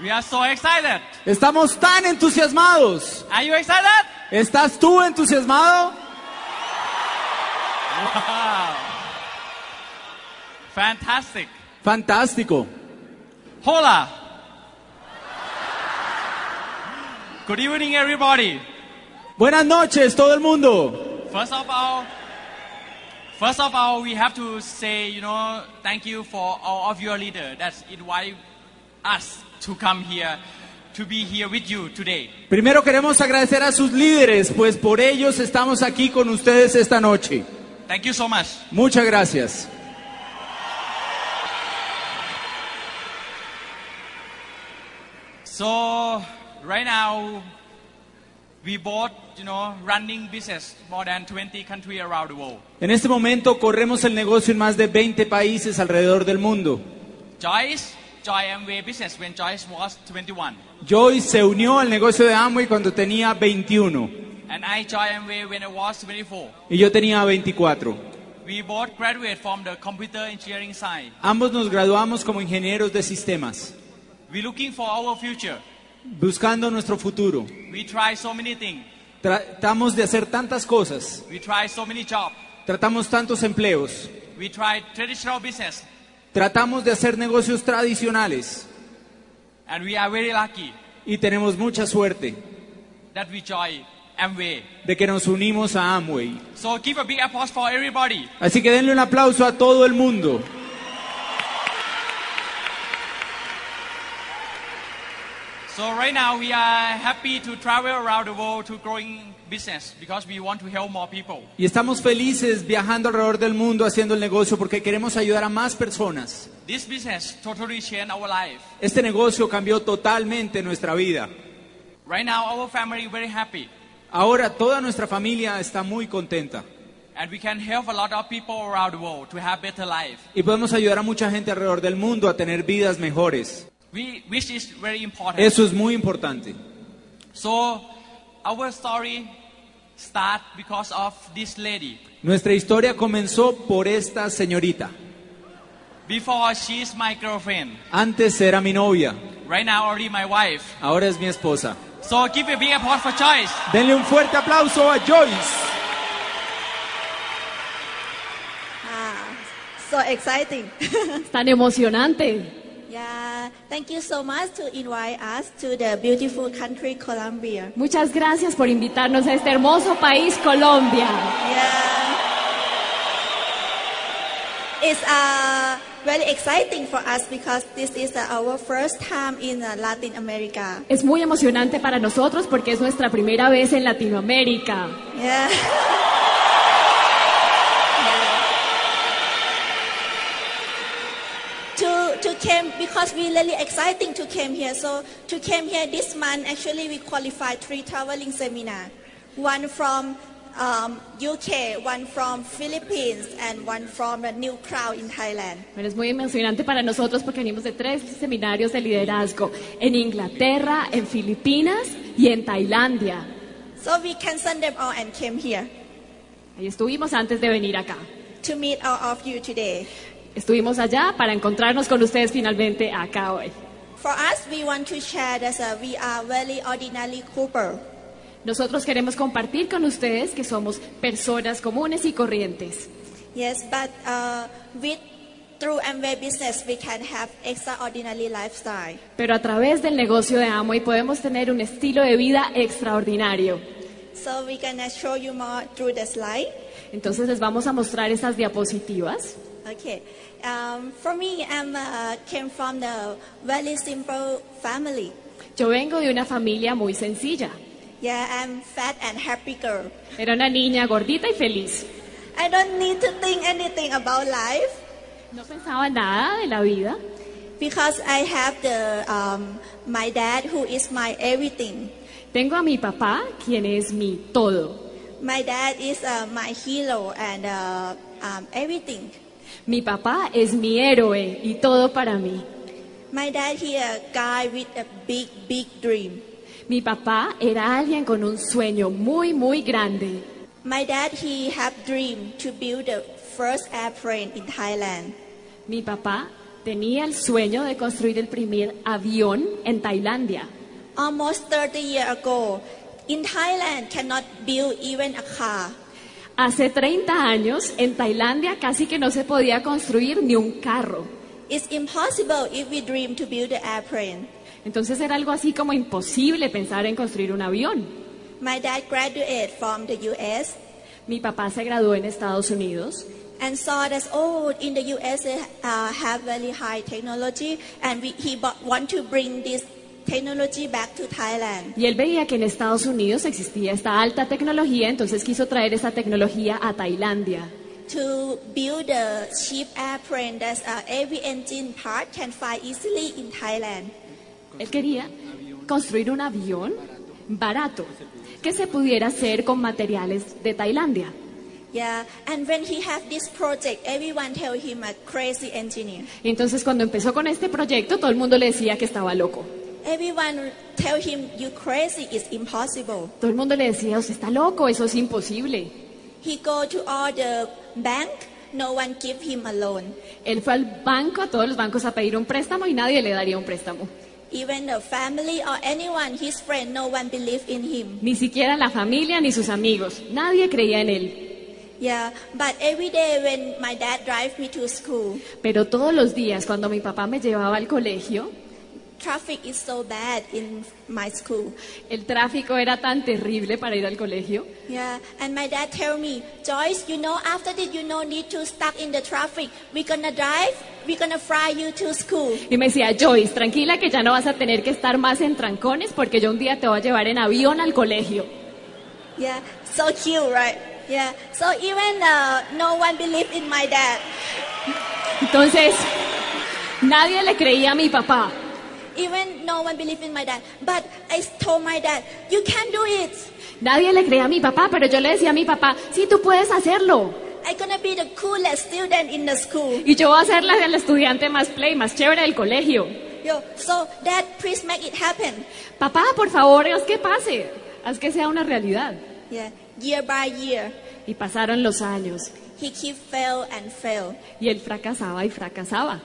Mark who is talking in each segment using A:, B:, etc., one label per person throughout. A: We are so excited.
B: Estamos tan entusiasmados.
A: Are you excited?
B: ¿Estás tú entusiasmado?
A: Fantastic.
B: Fantástico.
A: Hola. Good evening, everybody.
B: Buenas noches, todo el mundo.
A: First of all, first of all, we have to say, you know, thank you for all of your leader that's invite us to come here, to be here with you today.
B: Primero queremos agradecer a sus líderes, pues por ellos estamos aquí con ustedes esta noche.
A: Thank you so much.
B: Muchas gracias.
A: So right now, we both, you know, running business more than 20 countries around the world.
B: En este momento corremos el negocio en más de 20 países alrededor del mundo.
A: Joyce, Joy Amway business when Joyce was 21,
B: Joy se unió al negocio de Amway cuando tenía 21
A: and I joined Amway when I was 24.
B: y yo tenía 24.
A: We both graduate from the computer engineering side.
B: Ambos nos graduamos como ingenieros de sistemas,
A: We're looking for our future.
B: buscando nuestro futuro.
A: We try so many things.
B: Tratamos de hacer tantas cosas,
A: We try so many jobs.
B: tratamos tantos empleos,
A: We try traditional business,
B: tratamos de hacer negocios tradicionales
A: and we are very lucky
B: y tenemos mucha suerte
A: that we join Amway.
B: de que nos unimos a Amway.
A: So give a big applause for everybody.
B: Así que denle un aplauso a todo el mundo.
A: So right now we are happy to travel around the world to growing business because we want to help more people.
B: Y estamos felices viajando alrededor del mundo haciendo el negocio porque queremos ayudar a más personas.
A: This business totally changed our life.
B: Este negocio cambió totalmente nuestra vida.
A: Right now our family very happy
B: Ahora toda nuestra familia está muy contenta
A: and we can help a lot of people around the world to have better life.
B: y podemos ayudar a mucha gente alrededor del mundo a tener vidas mejores.
A: We, which is very important.
B: Eso es muy importante.
A: So our story start because of this lady.
B: Nuestra historia comenzó por esta señorita.
A: Before she is my girlfriend.
B: Antes era mi novia,
A: Right now already my wife.
B: ahora es mi esposa.
A: So give a big applause for Joyce.
B: Denle un fuerte aplauso a Joyce.
C: Ah, so exciting.
D: Tan emocionante.
C: yeah, thank you so much to invite us to the beautiful country Colombia.
D: Muchas gracias por invitarnos a este hermoso país, Colombia.
C: Yeah. It's uh, very exciting for us because this is uh, our first time in uh, Latin America.
D: Es muy emocionante para nosotros porque es nuestra primera vez en Latinoamérica.
C: Yeah. To, to came because we really exciting to came here. So to came here this month, actually we qualified three traveling seminar, one from um, UK, one from Philippines, and one from a new crowd in Thailand.
D: Pero es muy emocionante para nosotros porque venimos de tres seminarios de liderazgo en Inglaterra, en Filipinas y en Tailandia.
C: So we cancelled them all and came here
D: Ahí estuvimos antes de venir acá.
C: to meet all of you today.
D: Estuvimos allá para encontrarnos con ustedes finalmente acá hoy.
C: For us, we want to share that uh, we are very ordinary Cooper.
D: Nosotros queremos compartir con ustedes que somos personas comunes y corrientes.
C: Yes, but uh, with through Amway business, we can have extraordinary lifestyle.
D: Pero a través del negocio de Amway podemos tener un estilo de vida extraordinario.
C: So we're gonna show you more through the slide.
D: Entonces les vamos a mostrar estas diapositivas.
C: Okay. Um, for me, I am uh, came from the very simple family.
D: Yo vengo de una familia muy sencilla.
C: Yeah, I'm fat and happy girl.
D: Era una niña gordita y feliz.
C: I don't need to think anything about life
D: No pensaba nada de la vida
C: because I have the um, my dad who is my everything.
D: Tengo a mi papá, quien es mi todo.
C: My dad is uh, my hero and uh, um, everything.
D: Mi papá es mi héroe y todo para mí.
C: My dad he a guy with a big, big dream.
D: Mi papá era alguien con un sueño muy, muy grande.
C: My dad he have dream to build the first airplane in Thailand.
D: Mi papá tenía el sueño de construir el primer avión en Tailandia.
C: Almost 30 years ago, in Thailand cannot build even a car.
D: Hace 30 años, en Tailandia casi que no se podía construir ni un carro.
C: It's impossible if we dream to build an airplane.
D: Entonces era algo así como imposible pensar en construir un avión.
C: My dad graduated from the U.S.
D: Mi papá se graduó en Estados Unidos
C: and saw that oh, in the U.S. they uh, have very high technology, and we, he bought, want to bring this technology back to Thailand.
D: y él veía que en Estados Unidos existía esta alta tecnología, entonces quiso traer esa tecnología a Tailandia.
C: to build a cheap airplane that uh, every engine part can fly easily in Thailand.
D: Él quería construir un avión barato que se pudiera hacer con materiales de Tailandia.
C: Yeah, and when he had this project, everyone tell him a crazy engineer.
D: Y entonces cuando empezó con este proyecto, todo el mundo le decía que estaba loco.
C: Everyone tell him you crazy is impossible.
D: Todo el mundo le decía, usted está loco, eso es imposible.
C: He go to all the bank, no one give him a loan.
D: Él fue al banco, a todos los bancos a pedir un préstamo y nadie le daría un préstamo.
C: Even the family or anyone, his friend, no one believe in him.
D: Ni siquiera la familia ni sus amigos. Nadie creía en él.
C: Yeah, but every day when my dad drive me to school,
D: Pero todos los días cuando mi papá me llevaba al colegio,
C: traffic is so bad in my school.
D: el tráfico era tan terrible para ir al colegio.
C: Yeah, and my dad tell me, Joyce, you know, after this, you no need to stuck in the traffic. We're gonna drive, we're gonna fly you to school.
D: Y me decía, Joyce, tranquila que ya no vas a tener que estar más en trancones porque yo un día te voy a llevar en avión al colegio.
C: Yeah, so cute, right? Yeah, so even uh, no one believed in my dad.
D: Entonces, nadie le creía a mi papá.
C: Even no one believed in my dad. But I told my dad, you can do it.
D: Nadie le creía a mi papá, pero yo le decía a mi papá, sí, tú puedes hacerlo.
C: I'm gonna be the coolest student in the school.
D: Y yo voy a ser la del estudiante más play, más chévere del colegio.
C: Yo, so dad, please make it happen.
D: Papá, por favor, haz que pase, haz que sea una realidad.
C: Yeah, year by year,
D: Y pasaron los años
C: he keep fail and fail.
D: y él fracasaba y fracasaba.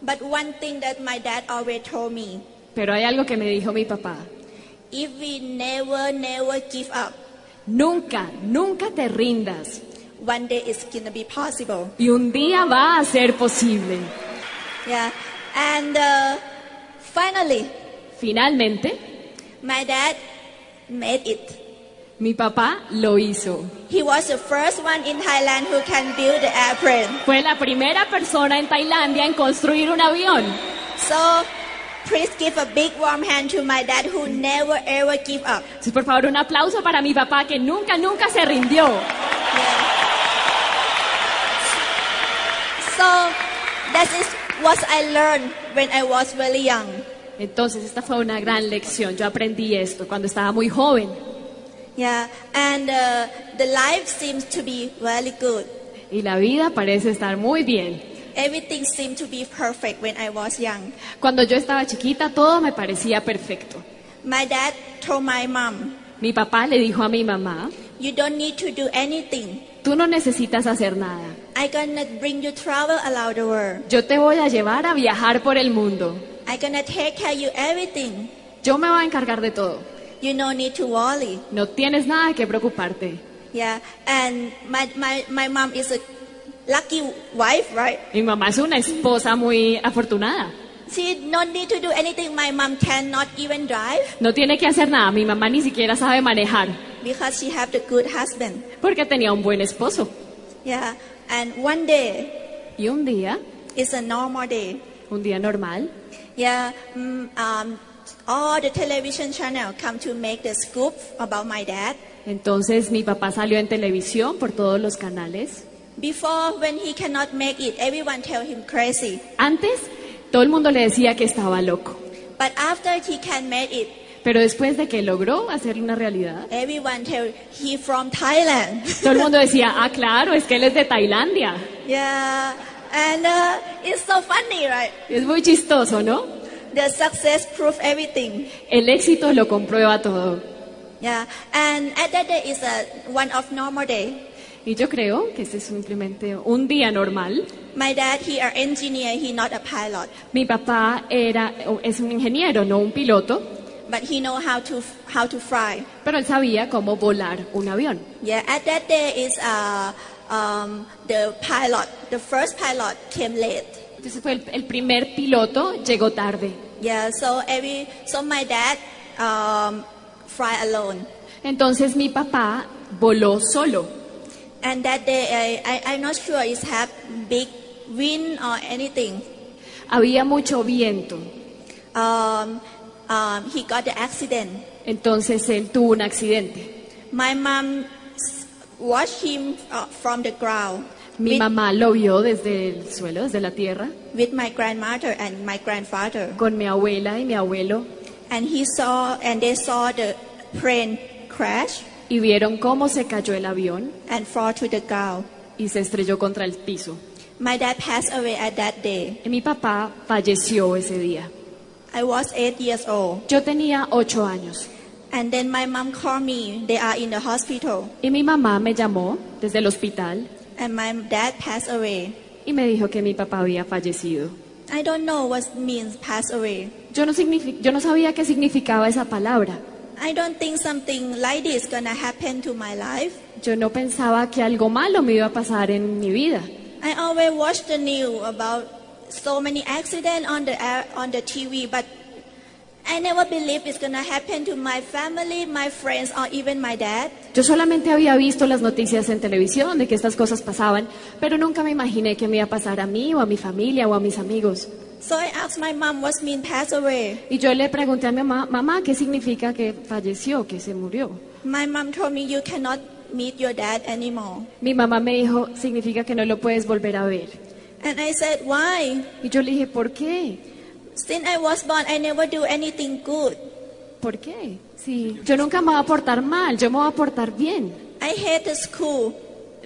C: But one thing that my dad always told me,
D: Pero hay algo que me dijo mi papá.
C: If we never, never give up,
D: Nunca, nunca te rindas.
C: one day it's gonna be possible.
D: Y un día va a ser posible.
C: Yeah. And uh, finally,
D: Finalmente,
C: my dad made it.
D: mi papá lo hizo.
C: He was the first one in Thailand who can build the airplane.
D: Fue la primera persona en Tailandia en construir un avión.
C: So please give a big warm hand to my dad who never ever give up.
D: Entonces, por favor, un aplauso para mi papá que nunca, nunca se rindió.
C: Yeah. So that is what I learned when I was very young.
D: Entonces, esta fue una gran lección. Yo aprendí esto cuando estaba muy joven.
C: Yeah. And uh, the life seems to be very good.
D: Y la vida parece estar muy bien.
C: Everything seemed to be perfect when I was young.
D: Cuando yo estaba chiquita, todo me parecía perfecto.
C: My dad told my mom,
D: Mi papá le dijo a mi mamá,
C: "You don't need to do anything.
D: tú no necesitas hacer nada.
C: I gonna bring you travel around the world.
D: Yo te voy a llevar a viajar por el mundo.
C: I gonna take care of you everything.
D: Yo me voy a encargar de todo.
C: You no need to worry."
D: No tienes nada que preocuparte.
C: Yeah. And my my my mom is a lucky wife, right?
D: Mi mamá es una esposa muy afortunada.
C: She no need to do anything. My mom cannot even drive
D: No tiene que hacer nada. Mi mamá ni siquiera sabe manejar
C: because she have the good husband.
D: porque tenía un buen esposo.
C: Yeah. And one day
D: Y un día,
C: is a normal day.
D: un día normal,
C: Yeah, mm, um, all the television channel come to make the scoop about my dad.
D: entonces mi papá salió en televisión por todos los canales.
C: Before, when he cannot make it, everyone tell him crazy.
D: Antes, todo el mundo le decía que estaba loco.
C: But after he can make it,
D: Pero después de que logró hacerlo una realidad,
C: everyone tell he from Thailand.
D: todo el mundo decía, ah, claro, es que él es de Tailandia.
C: yeah, and uh, it's so funny, right?
D: Es muy chistoso, ¿no?
C: The success proof everything.
D: El éxito lo comprueba todo.
C: Yeah, and at that day is a one of uh, normal day.
D: Y yo creo que este es simplemente un día normal.
C: My dad, he an engineer, he not a pilot,
D: Mi papá era, o es un ingeniero, no un piloto,
C: but he know how to how to fly.
D: pero él sabía cómo volar un avión.
C: Yeah, at that day is uh, um, the pilot, the first pilot came late.
D: Entonces fue el, el primer piloto, llegó tarde.
C: Yeah, so every so my dad um, fly alone,
D: Entonces mi papá voló solo.
C: and that day I, I I'm not sure it's have big wind or anything.
D: Había mucho viento.
C: Um, um, he got the accident.
D: Entonces él tuvo un accidente.
C: My mom s- watched him uh, from the ground
D: Mi
C: with,
D: mamá lo vio desde el suelo, desde la tierra,
C: with my grandmother and my grandfather,
D: con mi abuela y mi abuelo,
C: and he saw and they saw the plane crash
D: y vieron cómo se cayó el avión
C: and fall to the ground.
D: y se estrelló contra el piso.
C: My dad passed away at that day.
D: Y Mi papá falleció ese día.
C: I was eight years old,
D: Yo tenía ocho años
C: and then my mom called me. They are in the hospital,
D: y mi mamá me llamó desde el hospital
C: and my dad passed away.
D: y me dijo que mi papá había fallecido.
C: I don't know what means pass away.
D: Yo no, signifi- yo no sabía qué significaba esa palabra.
C: I don't think something like this gonna happen to my life.
D: Yo no pensaba que algo malo me iba a pasar en mi vida.
C: I always watch the news about so many accidents on the air, on the TV, but I never believe it's gonna happen to my family, my friends, or even my dad.
D: Yo solamente había visto las noticias en televisión de que estas cosas pasaban, pero nunca me imaginé que me iba a pasar a mí o a mi familia o a mis amigos.
C: So I asked my mom what mean pass away.
D: Y yo le pregunté a mi mamá, mamá, ¿qué significa que falleció, que se murió?
C: My mom told me you cannot meet your dad anymore.
D: Mi mamá me dijo, significa que no lo puedes volver a ver.
C: And I said, why?
D: Y yo le dije, ¿por qué?
C: Since I was born, I never do anything good.
D: ¿Por qué? Sí, yo nunca me voy a portar mal, yo me voy a portar bien.
C: I hate the school.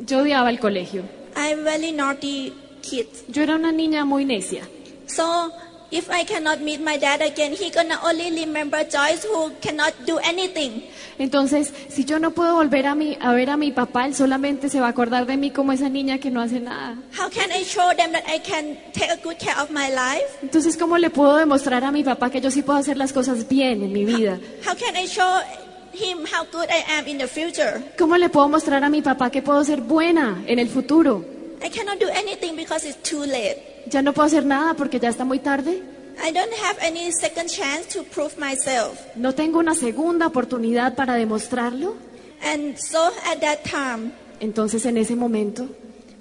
D: Yo odiaba el colegio.
C: I'm very naughty kid.
D: Yo era una niña muy necia.
C: So if I cannot meet my dad again, he gonna only remember Joyce who cannot do anything.
D: Entonces, si yo no puedo volver a, mi, a ver a mi papá, él solamente se va a acordar de mí como esa niña que no hace nada.
C: How can I show them that I can take a good care of my life?
D: Entonces, ¿cómo le puedo demostrar a mi papá que yo sí puedo hacer las cosas bien en mi vida?
C: How can I show him how good I am in the future?
D: ¿Cómo le puedo mostrar a mi papá que puedo ser buena en el futuro?
C: I cannot do anything because it's too late.
D: Ya no puedo hacer nada porque ya está muy tarde.
C: I don't have any second chance to prove myself.
D: No tengo una segunda oportunidad para demostrarlo.
C: And so at that time,
D: Entonces, en ese momento,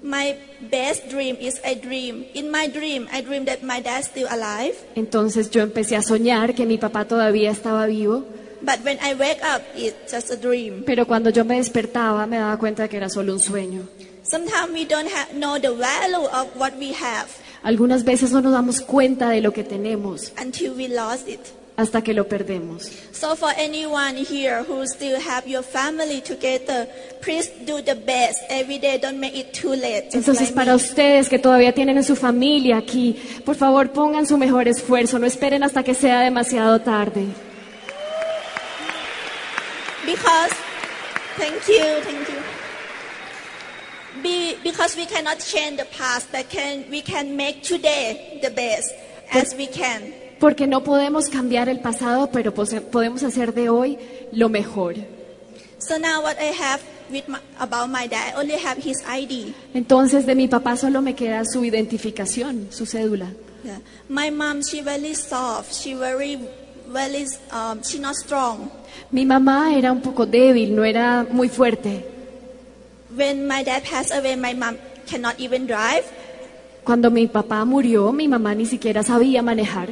C: my best dream is a dream. In my dream, I dream that my dad's still alive.
D: entonces yo empecé a soñar que mi papá todavía estaba vivo,
C: But when I wake up, it's just a dream.
D: pero cuando yo me despertaba me daba cuenta de que era solo un sueño.
C: Sometimes we don't have, know the value of what we have
D: Algunas veces no nos damos cuenta de lo que tenemos
C: until we lost it.
D: hasta que lo perdemos.
C: So for anyone here who still have your family together, please do the best every day. Don't make it too late. just
D: Entonces,
C: like
D: para
C: me.
D: ustedes que todavía tienen a su familia aquí, por favor pongan su mejor esfuerzo, no esperen hasta que sea demasiado tarde.
C: because thank you, thank you. Be, because we cannot change the past, but can we can make today the best as we can.
D: Porque no podemos cambiar el pasado, pero pose- podemos hacer de hoy lo mejor.
C: So now what I have with my, about my dad, I only have his ID.
D: Entonces, de mi papá solo me queda su identificación, su cédula.
C: Yeah. My mom, she very soft. She very, very, um, she not strong.
D: Mi mamá era un poco débil, no era muy fuerte.
C: When my dad passed away, my mom cannot even drive,
D: Cuando mi papá murió, mi mamá ni siquiera sabía manejar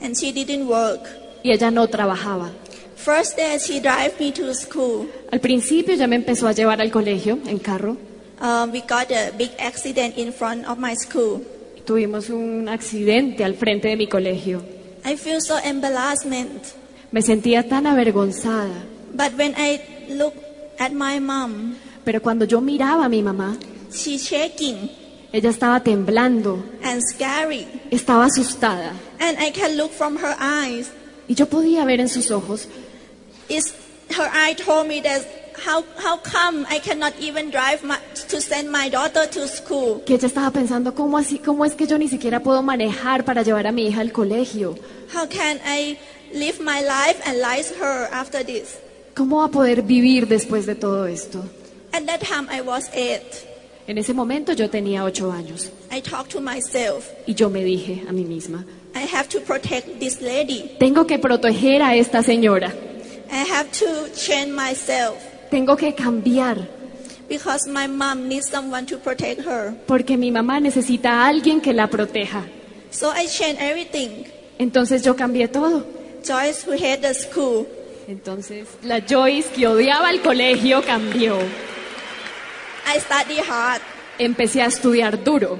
C: and she didn't work.
D: y ella no trabajaba.
C: First day, she drive me to school.
D: Al principio ya me empezó a llevar al colegio en carro.
C: Um, we got a big accident in front of my school.
D: Tuvimos un accidente al frente de mi colegio.
C: I feel so embarrassment.
D: Me sentía tan avergonzada,
C: But when I look at my mom,
D: pero cuando yo miraba a mi mamá,
C: she shaking
D: ella estaba temblando,
C: and scary,
D: estaba asustada
C: and I can look from her eyes.
D: y yo podía ver en sus ojos
C: It's her eye told me that how, how come I cannot even drive my, to send my daughter to school?
D: Que ella estaba pensando, ¿cómo, así, ¿cómo es que yo ni siquiera puedo manejar para llevar a mi hija al colegio?
C: How can I live my life and lies her after this?
D: ¿Cómo va a poder vivir después de todo esto?
C: At that time, I was eight.
D: En ese momento yo tenía ocho años
C: I talked to myself.
D: y yo me dije a mí misma,
C: I have to protect this lady.
D: tengo que proteger a esta señora,
C: I have to change myself
D: tengo que cambiar,
C: because my mom needs someone to protect her.
D: porque mi mamá necesita a alguien que la proteja.
C: So I changed everything.
D: Entonces yo cambié todo.
C: Joyce, who hated school,
D: Entonces la Joyce que odiaba el colegio cambió.
C: I study hard.
D: Empecé a estudiar duro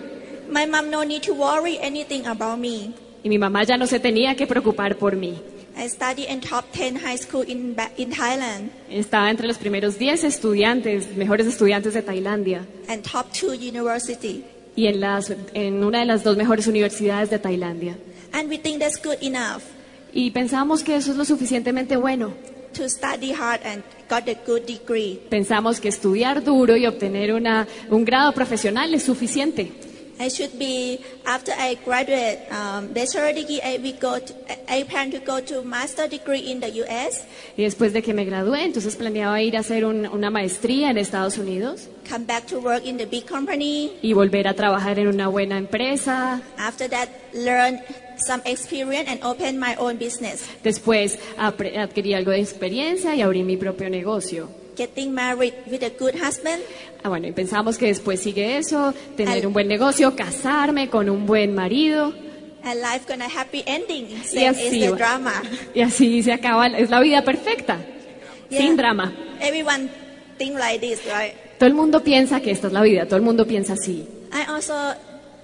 C: My mom no need to worry anything about me.
D: y mi mamá ya no se tenía que preocupar por mí.
C: I study in top 10 high school in, Ba- in Thailand
D: Estaba entre los primeros 10 estudiantes, mejores estudiantes de Tailandia
C: and top 2 university.
D: y en, las, en una de las dos mejores universidades de Tailandia.
C: And we think that's good enough
D: Y pensamos que eso es lo suficientemente bueno.
C: to study hard and got a good degree.
D: Pensamos que estudiar duro y obtener una, un grado profesional es suficiente.
C: I should be after I graduate um, bachelor degree. I we go. To, I I plan to go to master degree in the U.S.
D: Y después de que me gradué, entonces planeaba ir a hacer un- una maestría en Estados Unidos
C: Come back to work in the big company.
D: y volver a trabajar en una buena empresa.
C: After that, learn some experience and open my own business.
D: Después apre- adquirí algo de experiencia y abrí mi propio negocio.
C: Getting married with a good husband.
D: Ah, bueno, y pensamos que después sigue eso, tener un buen negocio, casarme con un buen marido.
C: And life gonna happy ending.
D: Y
C: Same is
D: así,
C: the
D: va.
C: drama.
D: y así se acaba, es la vida perfecta, sin drama.
C: Everyone think like this, right?
D: Todo el mundo piensa que esta es la vida, todo el mundo piensa así.
C: I also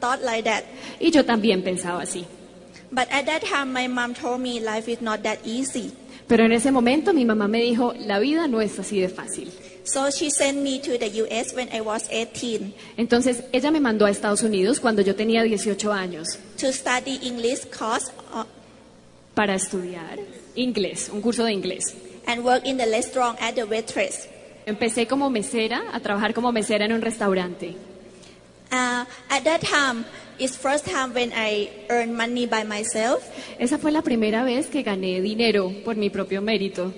C: thought like that.
D: Y yo también pensaba así.
C: But at that time, my mom told me life is not that easy.
D: Pero en ese momento mi mamá me dijo, la vida no es así de fácil.
C: So she sent me to the US when I was 18
D: Entonces ella me mandó a Estados Unidos cuando yo tenía 18 años
C: to study English course uh,
D: para estudiar inglés, un curso de inglés.
C: and work in the restaurant as a waitress.
D: Empecé como mesera, a trabajar como mesera en un restaurante.
C: Uh, at that time, it's first time when I earned money by myself
D: Esa fue la primera vez que gané dinero por mi propio mérito,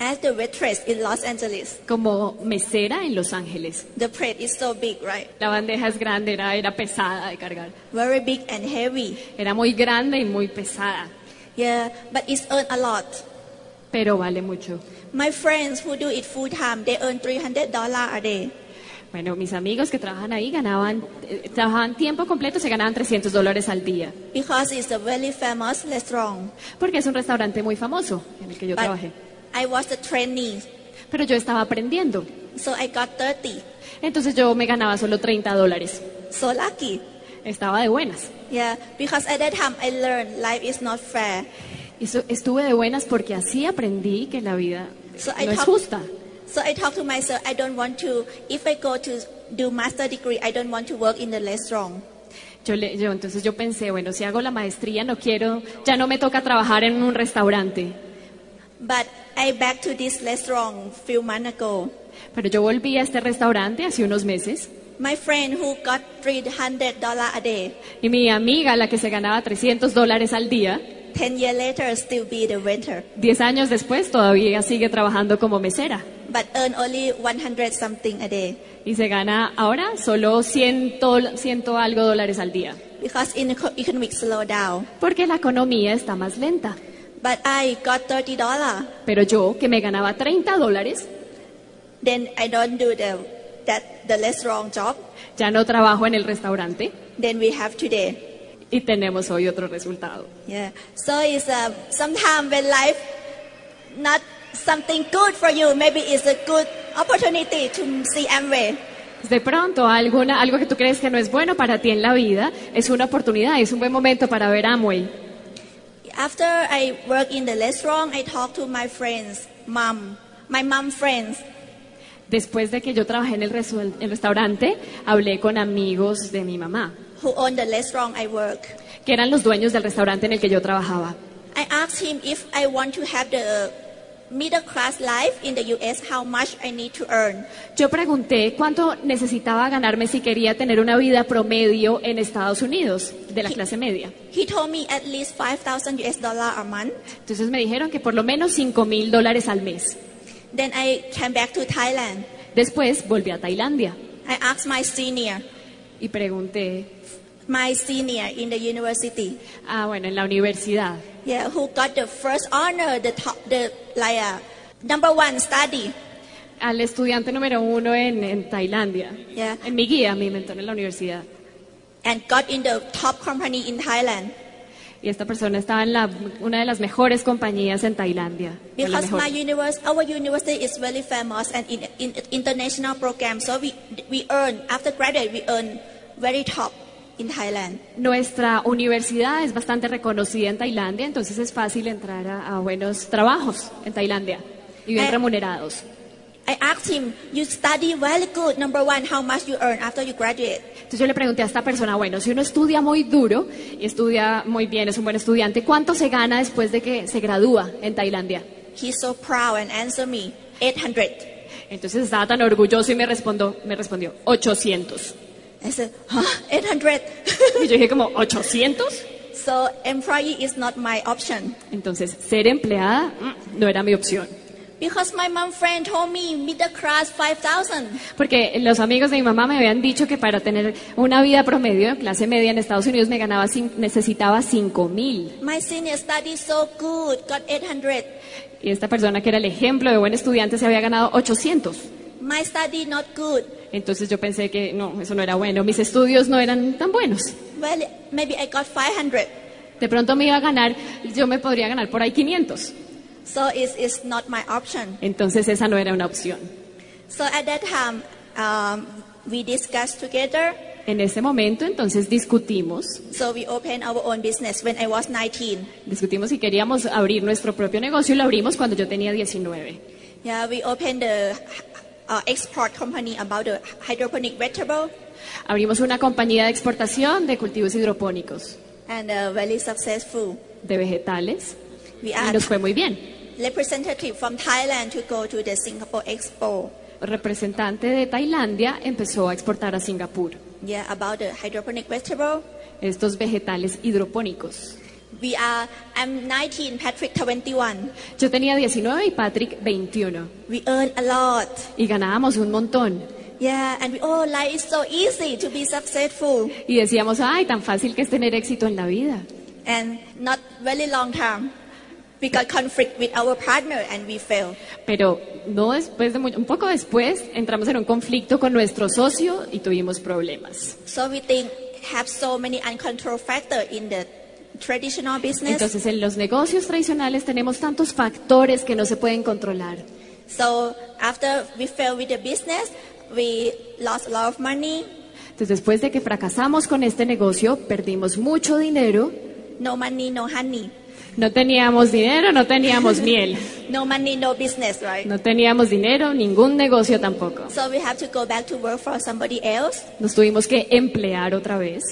C: as the waitress in Los Angeles.
D: como mesera en Los Ángeles.
C: The plate is so big, right?
D: La bandeja es grande, era, era pesada de cargar.
C: Very big and heavy.
D: Era muy grande y muy pesada,
C: Yeah, but it's earned a lot.
D: pero vale mucho.
C: My friends who do it full time, they earn $300 a day.
D: Bueno, mis amigos que trabajan ahí ganaban, eh, trabajaban tiempo completo, se ganaban 300 dólares al día,
C: because it's a very famous restaurant.
D: porque es un restaurante muy famoso en el que yo
C: But
D: trabajé.
C: I was a trainee,
D: Pero yo estaba aprendiendo,
C: so I got 30.
D: entonces yo me ganaba solo 30 dólares.
C: So lucky.
D: Estaba de buenas.
C: Yeah, because at that time I learned life is not fair.
D: Y so- estuve de buenas porque así aprendí que la vida
C: So I
D: no es
C: talk-
D: justa.
C: So I talked to myself, I don't want to, if I go to do master degree, I don't want to work in the restaurant.
D: Yo, le- yo- entonces yo pensé, bueno, si hago la maestría no quiero, ya no me toca trabajar en un restaurante.
C: But I back to this restaurant few months ago.
D: Pero yo volví a este restaurante hace unos meses
C: My friend who got $300 a day,
D: y mi amiga, la que se ganaba 300 dólares al día,
C: 10 years later still be the waiter,
D: 10 años después todavía sigue trabajando como mesera
C: but earn only 100 something a day.
D: y se gana ahora solo 100, dol- 100 algo dólares al día
C: because in eco- economic slowdown.
D: porque la economía está más lenta.
C: But I got thirty dollar.
D: Pero yo, que me ganaba 30 dólares,
C: Then I don't do the that the restaurant job.
D: ya no trabajo en el restaurante
C: Then we have today.
D: y tenemos hoy otro resultado.
C: Yeah. So it's uh, sometimes when life not something good for you, maybe it's a good opportunity to see Amway.
D: De pronto, alguna, algo que tú crees que no es bueno para ti en la vida es una oportunidad, es un buen momento para ver Amway.
C: After I work in the restaurant, I talk to my friends, mom, my mom friends.
D: Después de que yo trabajé en el, resu- el restaurante, hablé con amigos de mi mamá,
C: Who own the restaurant I work?
D: que eran los dueños del restaurante en el que yo trabajaba.
C: I asked him if I want to have the middle class life in the US how much I need to earn.
D: Yo pregunté cuánto necesitaba ganarme si quería tener una vida promedio en Estados Unidos, de la clase media.
C: He told me at least 5,000 US dollar a month.
D: Entonces me dijeron que por lo menos 5 mil dólares al mes.
C: Then I came back to Thailand.
D: Después volví a Tailandia
C: I asked my senior,
D: y pregunté,
C: my senior in the university,
D: ah, bueno, en la universidad,
C: yeah, who got the first honor, the top, the like uh, number one study.
D: al estudiante número uno en, en Tailandia,
C: Yeah.
D: en mi guía, mi mentor en la universidad.
C: and got in the top company in Thailand
D: Y esta persona estaba en la, una de las mejores compañías en Tailandia. de la
C: because
D: mejor.
C: my universe, our university is very famous and in, in international program. So we we earn after graduate we earn very top in Thailand.
D: Nuestra universidad es bastante reconocida en Tailandia, entonces es fácil entrar a, a buenos trabajos en Tailandia y bien
C: Eh.
D: remunerados.
C: I asked him, you study very good. Number one, how much you earn after you graduate?
D: Entonces yo le pregunté a esta persona, bueno, si uno estudia muy duro y estudia muy bien, es un buen estudiante, ¿cuánto se gana después de que se gradúa en Tailandia?
C: He's so proud and answered me, 800.
D: Entonces estaba tan orgulloso y me respondió, me respondió 800.
C: I said, huh, 800.
D: Y yo dije como, ¿800?
C: so employee is not my option
D: Entonces ser empleada mm, no era mi opción.
C: because my mom friend told me middle class 5,000.
D: Porque los amigos de mi mamá me habían dicho que para tener una vida promedio en clase media en Estados Unidos me ganaba cin- necesitaba 5 mil.
C: My senior studied so good, got 800.
D: Y esta persona que era el ejemplo de buen estudiante se había ganado 800.
C: My study not good.
D: Entonces yo pensé que no, eso no era bueno, mis estudios no eran tan buenos.
C: Well, maybe I got 500.
D: De pronto me iba a ganar, yo me podría ganar por ahí 500.
C: So it is not my option.
D: Entonces esa no era una opción.
C: So at that time, um, we discussed together.
D: En ese momento entonces discutimos,
C: So we opened our own business when I was 19.
D: discutimos si queríamos abrir nuestro propio negocio y lo abrimos cuando yo tenía 19.
C: Yeah, we opened the uh, export company about the hydroponic vegetable
D: Abrimos una compañía de exportación de cultivos hidropónicos
C: and uh, very successful.
D: de vegetales
C: We
D: y
C: are
D: nos fue muy bien.
C: representative from Thailand to go to the Singapore Expo.
D: El representante de Tailandia empezó a exportar a Singapur
C: Yeah, about the hydroponic vegetable.
D: estos vegetales hidropónicos.
C: We are, I'm 19, Patrick 21.
D: Yo tenía 19 y Patrick 21
C: We earn a lot.
D: y ganábamos un montón
C: Yeah, and we, oh, life is so easy to be successful
D: y decíamos, ay, tan fácil que es tener éxito en la vida.
C: and not very long term. We got conflict with our partner and we fail.
D: Pero no después de mu- un poco después entramos en un conflicto con nuestro socio y tuvimos problemas.
C: So we think have so many uncontrolled factor in the traditional business.
D: Entonces en los negocios tradicionales tenemos tantos factores que no se pueden controlar.
C: so after we fail with the business, we lost a lot of money,
D: Entonces después de que fracasamos con este negocio, perdimos mucho dinero,
C: no money, no honey,
D: no teníamos dinero, no teníamos miel,
C: no money, no business, right?
D: no teníamos dinero, ningún negocio tampoco.
C: So we have to go back to work for somebody else,
D: Nos tuvimos que emplear otra vez,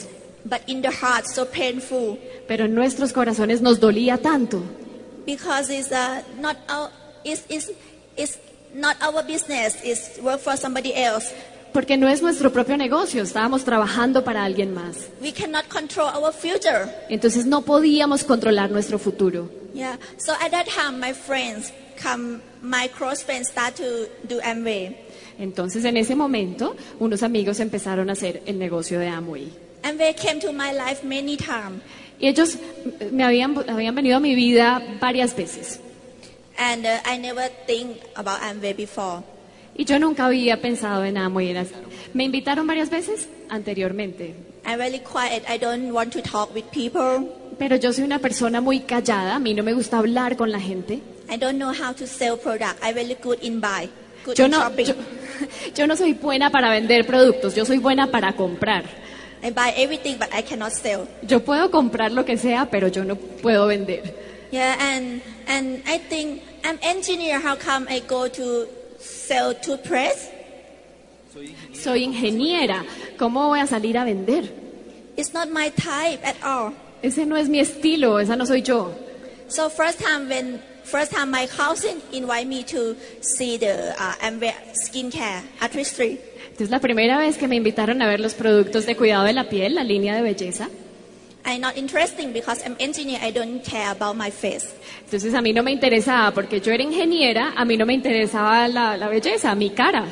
C: but in the heart, so painful.
D: pero en nuestros corazones nos dolía tanto,
C: because it's uh, not our it's, it's, it's not our business it's work for somebody else
D: porque no es nuestro propio negocio, estábamos trabajando para alguien más.
C: we cannot control our future
D: Entonces no podíamos controlar nuestro futuro.
C: yeah so at that time my friends come my close friends start to do amway
D: Entonces en ese momento unos amigos empezaron a hacer el negocio de Amway.
C: amway came to my life many times
D: Y ellos eh, me habían, habían venido a mi vida varias veces.
C: and uh, i never think about amway before
D: Y yo nunca había pensado en Amway. Era- Me invitaron varias veces anteriormente,
C: i'm really quiet i don't want to talk with people
D: pero yo soy una persona muy callada, a mí no me gusta hablar con la gente.
C: i don't know how to sell product i'm really good in buy good
D: Yo
C: in
D: no,
C: shopping
D: yo, yo no soy buena para vender productos, yo soy buena para comprar.
C: i buy everything but i cannot sell
D: Yo puedo comprar lo que sea, pero yo no puedo vender.
C: Yeah, and and I think I'm engineer. How come I go to sell toothpaste?
D: Soy ingeniera, ¿cómo voy a salir a vender?
C: It's not my type at all.
D: Ese no es mi estilo, esa no soy yo.
C: So first time when First time my cousin invited me to see the uh, Amway skincare artistry.
D: Entonces la primera vez que me invitaron a ver los productos de cuidado de la piel, la línea de belleza,
C: I'm not interesting because I'm engineer. I don't care about my face.
D: entonces a mí no me interesaba porque yo era ingeniera, a mí no me interesaba la, la belleza, mi cara.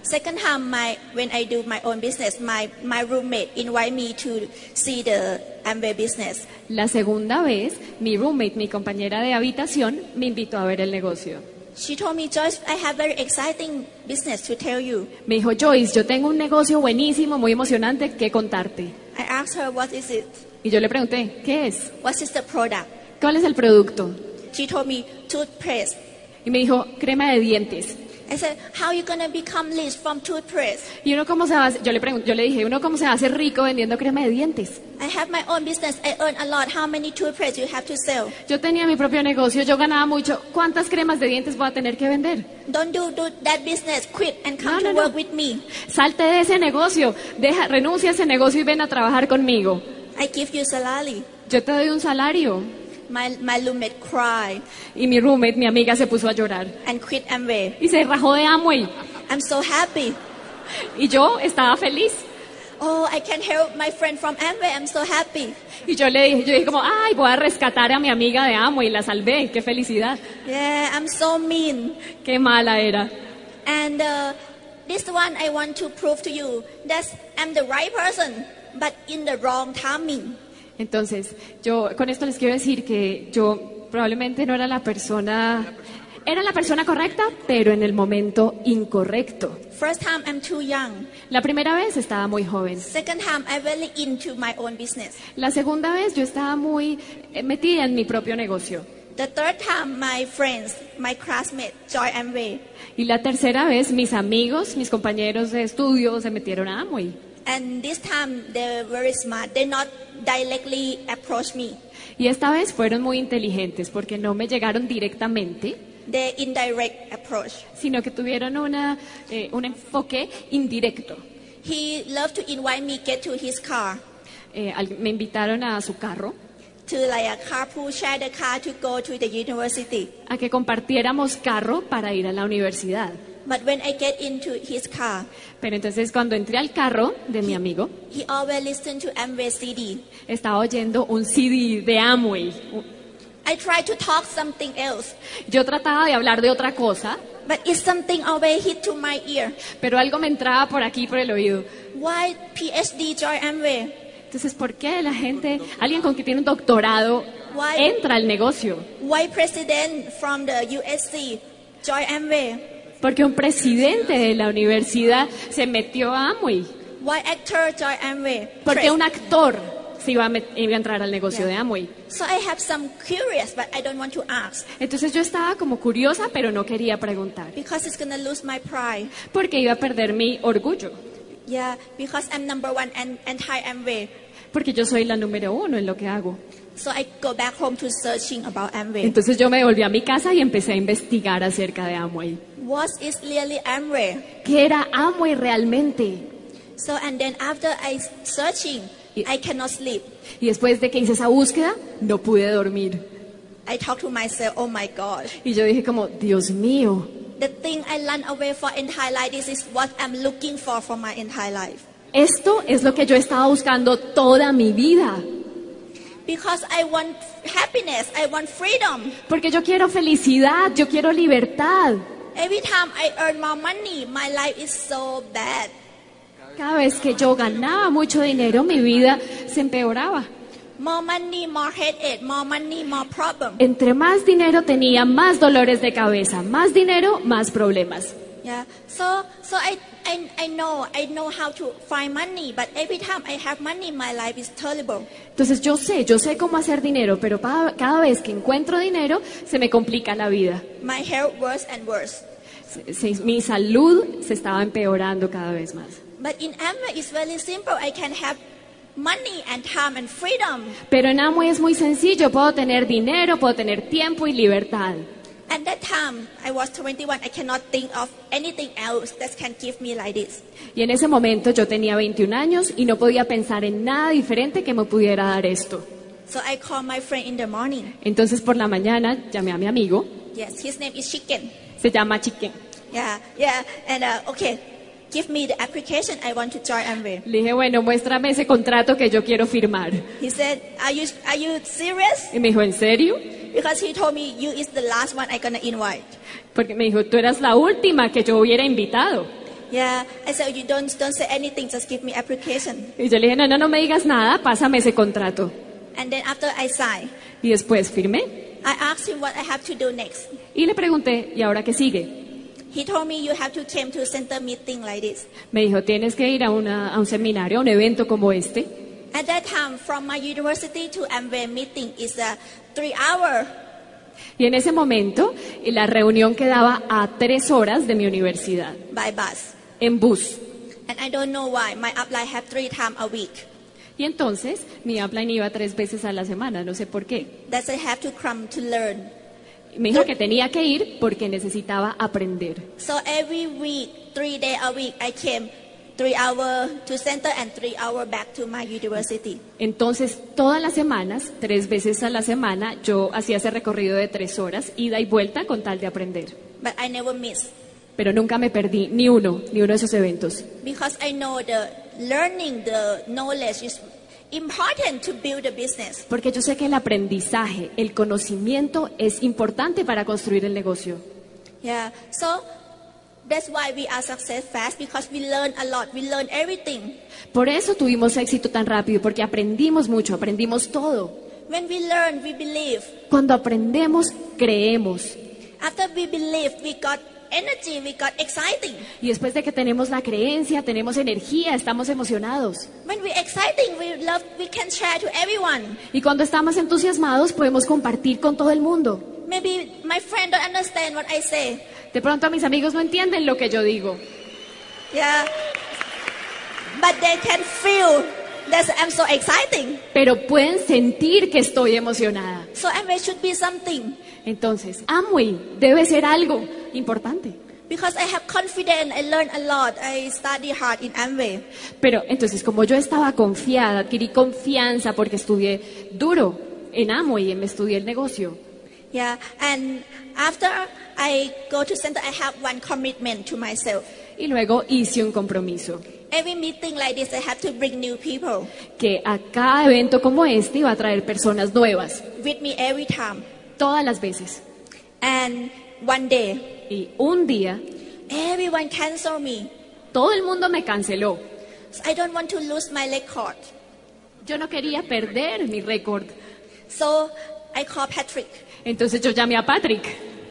C: Second time, my when I do my own business, my my roommate invited me to see the Amway business.
D: La segunda vez, mi roommate, mi compañera de habitación, me invitó a ver el negocio.
C: She told me, Joyce, I have very exciting business to tell you.
D: Me dijo, Joyce, yo tengo un negocio buenísimo, muy emocionante que contarte.
C: I asked her, what is it?
D: Y yo le pregunté, ¿qué es?
C: What is the product?
D: ¿Cuál es el producto?
C: She told me, toothpaste.
D: Y me dijo, crema de dientes.
C: I said, how you going to become rich from toothpaste?
D: Y uno cómo se va a hacer- yo le pregun- yo le dije, uno cómo se hace rico vendiendo crema de dientes.
C: I have my own business. I earn a lot. How many toothpaste you have to sell?
D: Yo tenía mi propio negocio, yo ganaba mucho. ¿Cuántas cremas de dientes voy a tener que vender?
C: Don't do, do that business. Quit and come
D: No,
C: to
D: no, no.
C: work with me.
D: Salte de ese negocio, deja, renuncia a ese negocio y ven a trabajar conmigo.
C: I give you salary.
D: Yo te doy un salario.
C: My, my roommate cried
D: Y mi roommate, mi amiga, se puso a llorar
C: and quit Amway.
D: y se rajó de Amway.
C: I'm so happy.
D: Y yo estaba feliz.
C: Oh, I can help my friend from Amway. I'm so happy.
D: Y yo le dije, yo dije como, ay, voy a rescatar a mi amiga de Amway, la salvé, qué felicidad,
C: Yeah, I'm so mean.
D: qué mala era.
C: And uh, this one I want to prove to you that I'm the right person, but in the wrong timing.
D: Entonces, yo con esto les quiero decir que yo probablemente no era la persona, era la persona correcta, pero en el momento incorrecto.
C: First time I'm too young.
D: La primera vez estaba muy joven,
C: Second time I'm really into my own business.
D: la segunda vez yo estaba muy eh, metida en mi propio negocio
C: The third time my friends, my classmates, Joy Amway.
D: y la tercera vez mis amigos, mis compañeros de estudio se metieron a Amway.
C: And this time they're very smart. They not directly approach me.
D: Y esta vez fueron muy inteligentes porque no me llegaron directamente,
C: They indirect approach.
D: sino que tuvieron una, eh, un enfoque indirecto.
C: He loved to invite me get to his car
D: Eh, al- me invitaron a su carro
C: to like a carpool share the car to go to the university.
D: a que compartiéramos carro para ir a la universidad.
C: But when I get into his car,
D: Pero entonces cuando entré al carro de mi amigo,
C: He always listened to Amway CD.
D: estaba oyendo un CD de Amway.
C: I try to talk something else,
D: Yo trataba de hablar de otra cosa,
C: but it's something always hit to my ear.
D: pero algo me entraba por aquí, por el oído.
C: Why PhD join Amway?
D: Entonces, ¿por qué la gente, alguien con que tiene un doctorado,
C: Why-
D: entra al negocio?
C: Why president from the USC join Amway?
D: Porque un presidente de la universidad se metió a Amway.
C: Why actor join Amway?
D: Porque
C: Press.
D: un actor se iba a, met- iba a entrar al negocio de Amway.
C: So I have some curious, but I don't want to ask
D: Entonces yo estaba como curiosa, pero no quería preguntar.
C: because it's gonna lose my pride.
D: Porque iba a perder mi orgullo.
C: Yeah, because I'm number one and anti Amway.
D: Porque yo soy la número uno en lo que hago.
C: So I go back home to searching about Amway.
D: Entonces yo me volví a mi casa y empecé a investigar acerca de Amway.
C: What is really Amway?
D: ¿Qué era Amway realmente?
C: So and then after I searching,
D: Yeah.
C: I cannot sleep.
D: Y después de que hice esa búsqueda, no pude dormir.
C: I talk to myself, oh my God.
D: Y yo dije como, Dios mío,
C: The thing I run away for entire life, this is what I'm looking for for my entire life.
D: esto es lo que yo estaba buscando toda mi vida.
C: Because I want happiness, I want freedom.
D: Porque yo quiero felicidad, yo quiero libertad.
C: Every time I earn more money, my life is so bad.
D: Cada vez que yo ganaba mucho dinero, mi vida se empeoraba.
C: More money, more headache, more money, more problem.
D: Entre más dinero tenía, más dolores de cabeza, más dinero, más problemas.
C: Yeah. So so I, I I know I know how to find money, but every time I have money my life is terrible.
D: Entonces yo sé, yo sé cómo hacer dinero, pero pa- cada vez que encuentro dinero se me complica la vida.
C: My health worse and worse.
D: Se- se- mi salud se estaba empeorando cada vez más.
C: But in Amway, it's very simple. I can have money and time and freedom.
D: Pero en Amway es muy sencillo, puedo tener dinero, puedo tener tiempo y libertad.
C: At that time, I was 21. I cannot think of anything else that can give me like this.
D: Y en ese momento yo tenía 21 años y no podía pensar en nada diferente que me pudiera dar esto.
C: So I called my friend in the morning.
D: Entonces por la mañana llamé a mi amigo,
C: Yes, his name is Chicken.
D: se llama Chiquen.
C: Yeah, yeah. And uh, okay, give me the application. I want to join Amway.
D: Le dije, bueno, muéstrame ese contrato que yo quiero firmar.
C: He said, "Are you are you serious?"
D: Y me dijo, ¿en serio?
C: Because he told me you is the last one I gonna invite.
D: Porque me dijo, tú eras la última que yo hubiera invitado.
C: Yeah, I said you don't don't say anything. Just give me application.
D: Y yo le dije, no, no, no me digas nada, pásame ese contrato.
C: And then after I sign,
D: Y después firmé.
C: I asked him what I have to do next.
D: Y le pregunté, ¿y ahora qué sigue?
C: He told me you have to come to center meeting like this.
D: Me dijo, tienes que ir a, una- a un seminario, a un evento como este.
C: At that time, from my university to Amway meeting is a three hour.
D: Y en ese momento, y la reunión quedaba a tres horas de mi universidad,
C: by bus.
D: en bus.
C: And I don't know why my upline have three times a week.
D: Y entonces, mi upline iba tres veces a la semana, no sé por qué.
C: That's I have to come to learn.
D: Y Me dijo que tenía que ir porque necesitaba aprender.
C: So every week, three day a week, I came three hour to center and three hour back to my university.
D: Entonces, todas las semanas, tres veces a la semana, yo hacía ese recorrido de tres horas, ida y vuelta con tal de aprender.
C: But I never miss
D: Pero nunca me perdí ni uno, ni uno de esos eventos.
C: because I know the learning, the knowledge is important to build a business.
D: Porque yo sé que el aprendizaje, el conocimiento es importante para construir el negocio.
C: Yeah. So that's why we are success fast because we learn a lot. We learn everything.
D: Por eso tuvimos éxito tan rápido, porque aprendimos mucho, aprendimos todo.
C: When we learn, we believe.
D: Cuando aprendemos, creemos.
C: After we believe, we got energy, we got exciting.
D: Y después de que tenemos la creencia, tenemos energía, estamos emocionados.
C: When we're exciting, we love, we can share to everyone.
D: Y cuando estamos entusiasmados, podemos compartir con todo el mundo.
C: Maybe my friend don't understand what I say.
D: De pronto a mis amigos no entienden lo que yo digo,
C: Yeah. But they can feel that I'm so exciting.
D: pero pueden sentir que estoy emocionada.
C: So Amway should be something
D: Entonces, Amway debe ser algo importante.
C: because I have confidence. I learn a lot. I study hard in Amway.
D: Pero entonces, como yo estaba confiada, adquirí confianza porque estudié duro en Amway, me estudié el negocio.
C: Yeah. And after I go to center, I have one commitment to myself.
D: Y luego hice un compromiso,
C: Every meeting like this, I have to bring new people
D: que a cada evento como este iba a traer personas nuevas,
C: with me every time.
D: todas las veces.
C: And one day,
D: Y un día,
C: everyone cancel me.
D: todo el mundo me canceló.
C: So I don't want to lose my record.
D: Yo no quería perder mi récord.
C: So I called Patrick.
D: Entonces yo llamé a Patrick.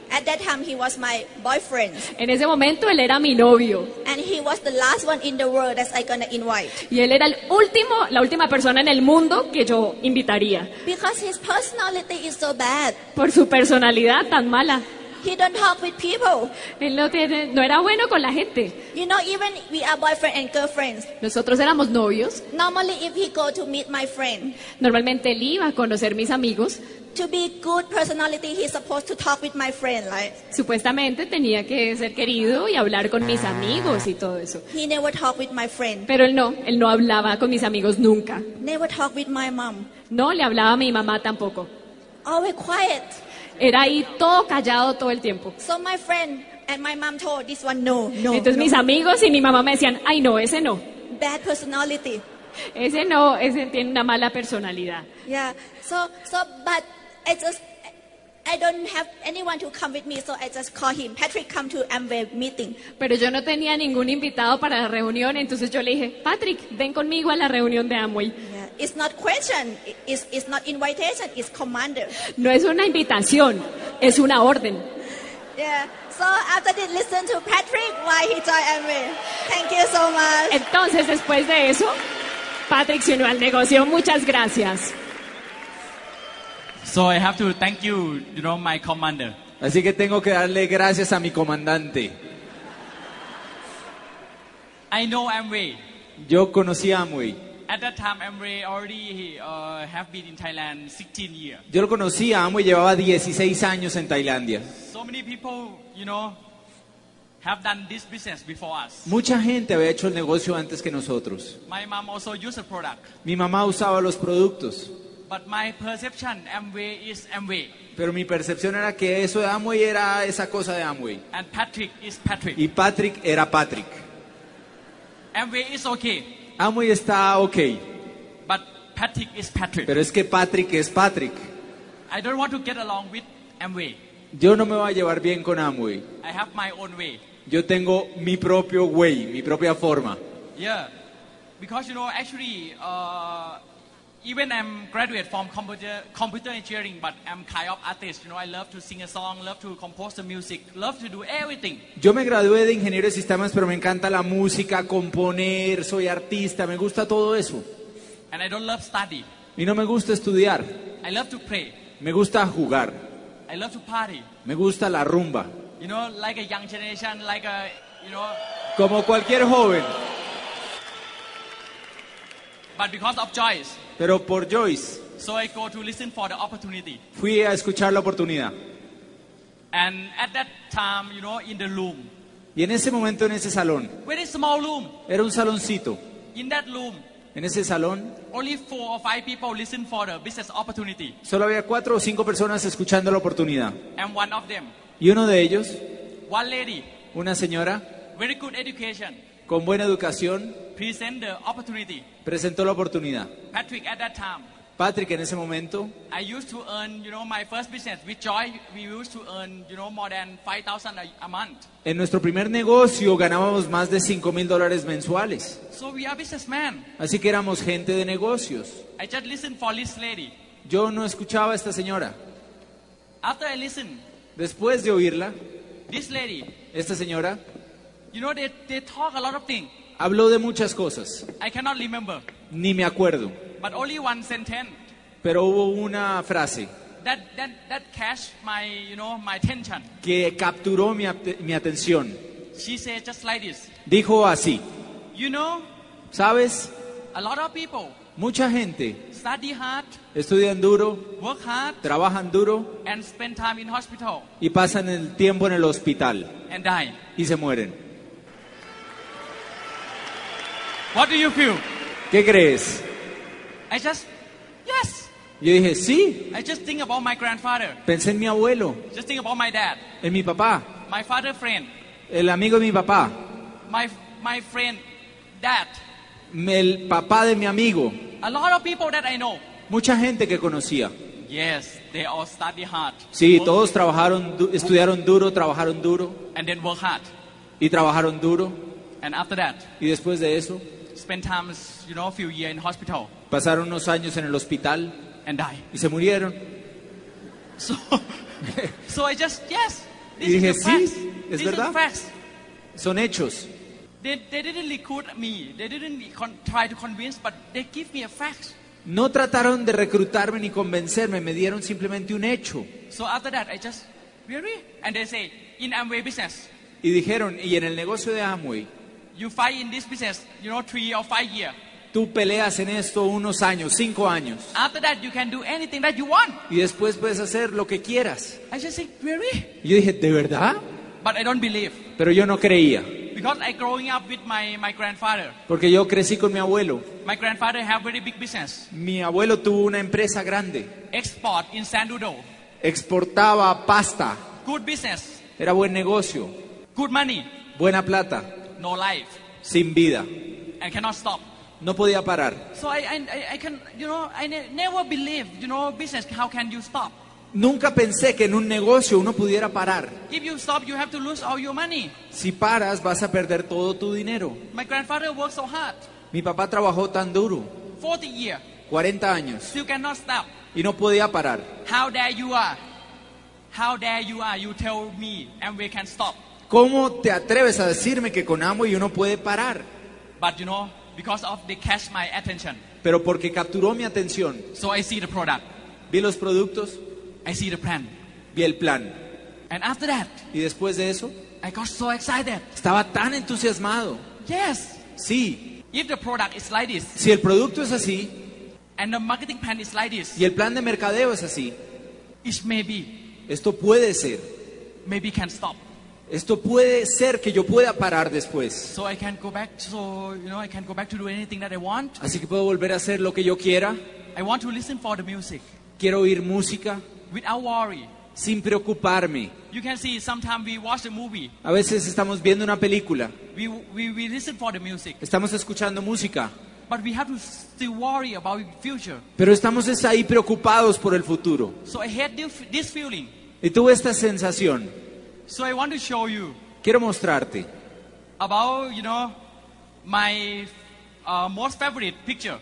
C: At that time, he was my boyfriend.
D: En ese momento él era mi novio
C: And he was the last one in the world that i going to invite.
D: y él era el último, la última persona en el mundo que yo invitaría
C: Because his personality is so bad.
D: por su personalidad tan mala.
C: He don't talk with people.
D: Él no, tiene- no era bueno con la gente.
C: You know, even we are boyfriend and girlfriends.
D: Nosotros éramos novios.
C: Normally, if he go to meet my friend,
D: Normalmente él iba a conocer mis amigos.
C: to be good personality, he's supposed to talk with my friend, right?
D: Supuestamente tenía que ser querido y hablar con mis amigos y todo eso.
C: He never talk with my friend.
D: Pero él no, él no hablaba con mis amigos nunca.
C: Never talk with my mom.
D: No le hablaba a mi mamá tampoco.
C: Always quiet.
D: Era ahí todo callado todo el tiempo.
C: So my friend and my mom told this one no, no,
D: Entonces mis amigos y mi mamá me decían, ay no, ese no.
C: bad personality.
D: Ese no, ese tiene una mala personalidad.
C: Yeah. So so but I just I don't have anyone to come with me, so I just call him. Patrick, come to Amway meeting.
D: Pero yo no tenía ningún invitado para la reunión, entonces yo le dije, Patrick, ven conmigo a la reunión de Amway.
C: Yeah. It's not question. It- It's it's not invitation. It's commander.
D: No es una invitación, es una orden.
C: Yeah. So after this, listen to Patrick why he joined Amway. Thank you so much.
D: Entonces, después de eso, Patrick se unió al negocio. Muchas gracias.
A: So I have to thank you, you know, my commander.
B: Así que tengo que darle gracias a mi comandante.
A: I know Amway.
B: Yo conocí a Amway.
A: At that time, Amway already uh, have been in Thailand 16 years.
B: Yo lo conocí a Amway, llevaba 16 años en Tailandia.
A: So many people, you know, have done this business before us.
B: Mucha gente había hecho el negocio antes que nosotros.
A: My mom also used the product.
B: Mi mamá usaba los productos.
A: But my perception, Amway is Amway,
B: Pero mi percepción era que eso de Amway era esa cosa de Amway.
A: and Patrick is Patrick.
B: Y Patrick era Patrick.
A: Amway is okay,
B: Amway está ok,
A: but Patrick is Patrick.
B: pero es que Patrick es Patrick.
A: I don't want to get along with Amway.
B: Yo no me voy a llevar bien con Amway.
A: I have my own way.
B: Yo tengo mi propio way, mi propia forma.
A: Yeah, because you know, actually, uh, even I'm graduate from computer computer engineering, but I'm kind of artist. You know, I love to sing a song, love to compose the music, love to do everything.
B: Yo me gradué de ingeniero de sistemas, pero me encanta la música, componer, soy artista, me gusta todo eso.
A: And I don't love study.
B: Y no me gusta estudiar,
A: I love to play.
B: me gusta jugar,
A: I love to party.
B: me gusta la rumba.
A: You know, like a young generation, like a you know.
B: Como cualquier joven,
A: But because of choice,
B: pero por Joyce
A: so I go to listen for the opportunity.
B: fui a escuchar la oportunidad.
A: And at that time, you know, in the room,
B: Y en ese momento en ese salón,
A: very small room.
B: era un saloncito,
A: In that room,
B: en ese salón
A: only four or five people listen for the business opportunity,
B: solo había cuatro o cinco personas escuchando la oportunidad.
A: and one of them,
B: Y uno de ellos,
A: one lady,
B: una señora
A: very good education,
B: con buena educación,
A: present the opportunity.
B: presentó la oportunidad.
A: Patrick, at that time,
B: Patrick en ese momento,
A: I used to earn, you know, my first business with Joy. We used to earn, you know, more than five thousand a month.
B: en nuestro primer negocio ganábamos más de 5 mil dólares mensuales.
A: So we are businessmen.
B: Así que éramos gente de negocios.
A: I just listen for this lady.
B: Yo no escuchaba a esta señora.
A: After I listen,
B: Después de oírla,
A: this lady,
B: esta señora
A: you know, they, they talk a lot of things.
B: habló de muchas cosas.
A: I cannot remember,
B: Ni me acuerdo.
A: but only one sentence
B: Pero hubo una frase
A: that that that catch my, you know, my attention.
B: que capturó mi, ate- mi atención.
A: She said just like this.
B: Dijo así,
A: You know,
B: ¿sabes?
A: a lot of people
B: Mucha gente
A: study hard,
B: estudian duro,
A: work hard,
B: trabajan duro
A: and spend time in hospital
B: y pasan el tiempo en el hospital
A: and die.
B: y se mueren.
A: What do you feel?
B: ¿Qué crees?
A: I just, yes.
B: Yo dije, sí,
A: I just think about my grandfather.
B: pensé en mi abuelo,
A: Just think about my dad,
B: en mi papá,
A: my father friend,
B: el amigo de mi papá,
A: my my friend, dad.
B: el papá de mi amigo,
A: A lot of people that I know.
B: mucha gente que conocía.
A: Yes, they all study hard.
B: Sí,
A: work-
B: todos trabajaron, du- estudiaron duro, trabajaron duro
A: And then work hard.
B: y trabajaron duro
A: And after that,
B: y después de eso
A: spend time, you know, a few years in hospital
B: pasaron unos años en el hospital
A: and die.
B: y se murieron.
A: So, so I just, yes, this
B: Y dije,
A: is the facts.
B: sí, es
A: this is
B: verdad.
A: the facts.
B: Son hechos.
A: They, they didn't recruit me. They didn't con- try to convince, but they give me a fact.
B: No trataron de reclutarme ni convencerme, me dieron simplemente un hecho.
A: So after that, I just, really? And they say, in Amway business,
B: Y dijeron, y en el negocio de Amway,
A: you fight in this business, you know, three or five years.
B: tú peleas en esto unos años, cinco años,
A: After that, you can do anything that you want.
B: y después puedes hacer lo que quieras.
A: I just say, really?
B: Y yo dije, ¿de verdad?
A: But I don't believe.
B: Pero yo no creía,
A: Because I growing up with my, my grandfather.
B: porque yo crecí con mi abuelo.
A: My grandfather have very big business.
B: Mi abuelo tuvo una empresa grande,
A: Export in Sandudo.
B: exportaba pasta,
A: Good business.
B: era buen negocio,
A: Good money.
B: buena plata,
A: No life.
B: sin vida,
A: And cannot stop.
B: no podía parar.
A: So I, I, I- I can, you know, I ne- never believe, you know, business, how can you stop?
B: Nunca pensé que en un negocio uno pudiera parar.
A: If you stop, you have to lose all your money.
B: Si paras vas a perder todo tu dinero.
A: My grandfather worked so hard,
B: Mi papá trabajó tan duro,
A: 40 years,
B: 40 años,
A: still cannot stop.
B: y no podía parar.
A: How dare you are? How dare you are? You tell me, and we can stop.
B: ¿Cómo te atreves a decirme que con y uno puede parar?
A: But you know, because of they catch my attention,
B: Pero porque capturó mi atención,
A: so I see the product,
B: vi los productos,
A: I see the plan,
B: vi el plan.
A: and after that,
B: Y después de eso,
A: I got so excited.
B: estaba tan entusiasmado.
A: Yes,
B: Sí,
A: if the product is like this,
B: si el producto es así
A: and the marketing plan is like this,
B: y el plan de mercadeo es así,
A: it maybe,
B: esto puede ser.
A: maybe can stop.
B: Esto puede ser que yo pueda parar después.
A: So I can go back. So you know, I can go back to do anything that I want.
B: Así que puedo volver a hacer lo que yo quiera,
A: I I want to listen for the music
B: Quiero oír música
A: without worry.
B: sin preocuparme.
A: You can see sometimes we watch the movie,
B: A veces estamos viendo una película,
A: we, we, we listen for the music,
B: estamos escuchando música,
A: but we have to still worry about future.
B: pero estamos es ahí preocupados por el futuro.
A: So I hate this, this feeling.
B: Y tuve esta sensación.
A: So I want to show you
B: Quiero mostrarte
A: about, you know, my uh, most favorite picture.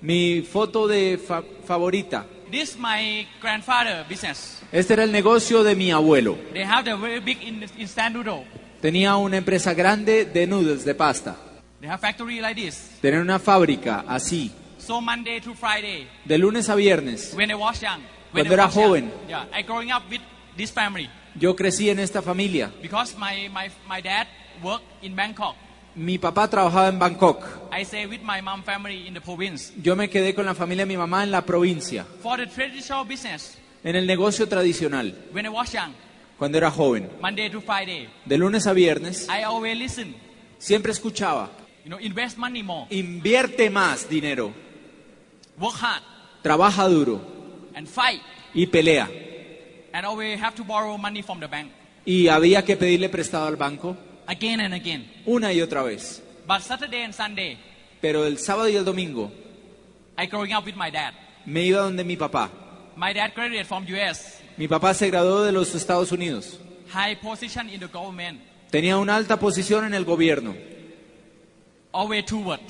B: mi foto de fa- favorita.
A: This my grandfather business.
B: Este era el negocio de mi abuelo.
A: They have the very big in, instant noodle.
B: Tenía una empresa grande de noodles de pasta.
A: They have factory like this.
B: Tenía una fábrica así,
A: So Monday to Friday,
B: de lunes a viernes.
A: when I was young, when
B: Cuando
A: I
B: era
A: was young,
B: joven.
A: yeah, I growing up with this family
B: Yo crecí en esta familia.
A: because my, my, my dad worked in Bangkok.
B: Mi papá trabajaba en Bangkok.
A: I stay with my mom family in the province.
B: Yo me quedé con la familia de mi mamá en la provincia,
A: For the traditional business,
B: en el negocio tradicional,
A: when I was young,
B: cuando era joven.
A: Monday to Friday,
B: De lunes a viernes
A: I always listen,
B: siempre escuchaba,
A: you know, invest money more,
B: invierte más dinero,
A: work hard,
B: trabaja duro
A: and fight,
B: y pelea.
A: and always have to borrow money from the bank
B: Y había que pedirle prestado al banco
A: again and again.
B: una y otra vez.
A: But Saturday and Sunday,
B: Pero el sábado y el domingo
A: I growing up with my dad.
B: me iba donde mi papá.
A: My dad graduated from U.S.
B: Mi papá se graduó de los Estados Unidos.
A: high position in the government,
B: Tenía una alta posición en el gobierno.
A: always two word,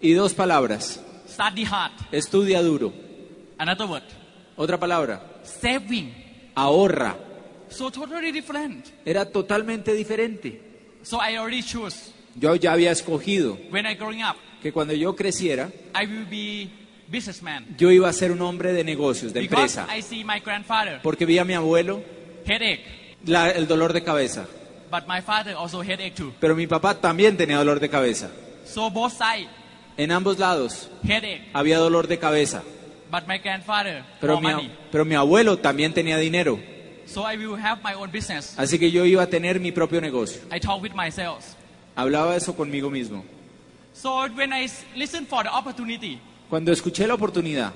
B: Y dos palabras,
A: study hard.
B: estudia duro.
A: Another word,
B: Otra palabra,
A: saving.
B: ahorra.
A: So totally different.
B: Era totalmente diferente.
A: So I already choose
B: Yo ya había escogido
A: when I growing up,
B: que cuando yo creciera,
A: I will be businessman.
B: yo iba a ser un hombre de negocios, de
A: Because
B: empresa.
A: I see my grandfather
B: Porque vi a mi abuelo
A: headache,
B: la- el dolor de cabeza.
A: but my father also headache too.
B: Pero mi papá también tenía dolor de cabeza.
A: So both side
B: En ambos lados
A: headache,
B: había dolor de cabeza.
A: but my grandfather
B: Pero
A: more
B: mi,
A: money.
B: a- pero mi abuelo también tenía dinero.
A: So I will have my own business.
B: Así que yo iba a tener mi propio negocio.
A: I talk with myself.
B: Hablaba eso conmigo mismo.
A: So when I s- listen for the opportunity,
B: Cuando escuché la oportunidad,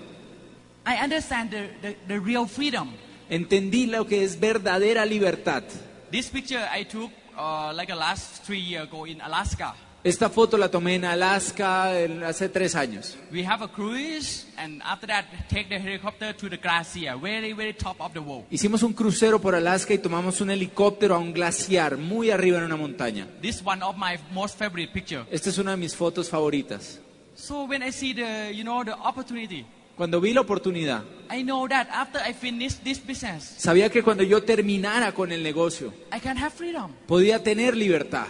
A: I understand the, the, the real freedom.
B: entendí lo que es verdadera libertad.
A: This picture I took uh, like a last three years ago in Alaska.
B: Esta foto la tomé en Alaska en- hace tres años.
A: We have a cruise, and after that, take the helicopter to the glacier, very, very top of the world.
B: Hicimos un crucero por Alaska y tomamos un helicóptero a un glaciar muy arriba en una montaña.
A: This one of my most favorite picture.
B: Esta es una de mis fotos favoritas.
A: So when I see the, you know, the opportunity,
B: Cuando vi la oportunidad,
A: I know that after I finish this business,
B: sabía que cuando yo terminara con el negocio,
A: I can have freedom
B: podía tener libertad.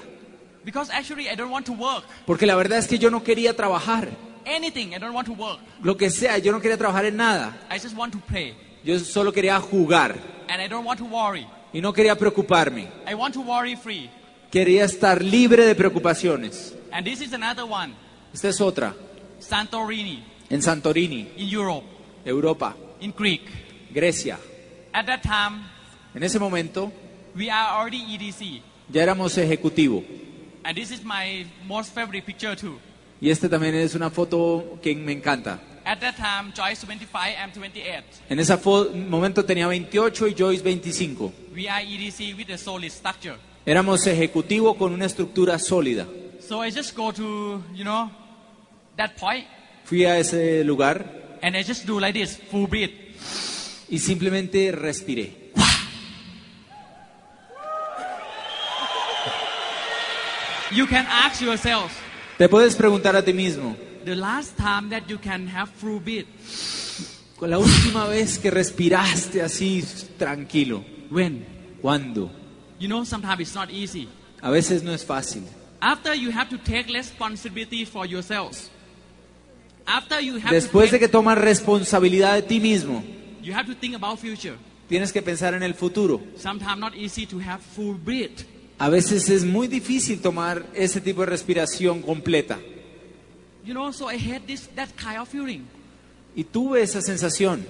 A: because actually I don't want to work
B: Porque la verdad es que yo no quería trabajar.
A: anything. I don't want to work.
B: Lo que sea, yo no quería trabajar en nada.
A: I just want to play,
B: Yo solo quería jugar
A: and I don't want to worry.
B: y no quería preocuparme.
A: I want to worry free.
B: Quería estar libre de preocupaciones.
A: And this is another one,
B: Esta es otra,
A: Santorini
B: en Santorini,
A: in Europe,
B: Europa,
A: in Greek.
B: Grecia.
A: At that time,
B: En ese momento
A: we are already E EDC,
B: ya éramos ejecutivo.
A: and this is my most favorite picture too.
B: Y esta también es una foto que me encanta.
A: At that time, Joyce 25, I'm 28.
B: En ese momento tenía 28 y Joyce 25.
A: We are EDC with a solid structure.
B: Éramos ejecutivo con una estructura sólida.
A: So I just go to, you know, that point,
B: Fui a ese lugar
A: and I just do like this, full breath.
B: y simplemente respiré.
A: You can ask yourself,
B: Te puedes preguntar a ti mismo,
A: the last time that you can have full breath,
B: ¿con la última vez que respiraste así tranquilo?
A: when?
B: ¿Cuándo?
A: You know, sometimes it's not easy.
B: A veces no es fácil.
A: After you have to take responsibility for yourselves. After you have
B: Después
A: to
B: de
A: take,
B: que tomas responsabilidad de ti mismo,
A: you have to think about future.
B: tienes que pensar en el futuro.
A: Sometimes not easy to have full breath.
B: A veces es muy difícil tomar ese tipo de respiración completa.
A: You know, so I had this that kind of feeling.
B: Y tuve esa sensación.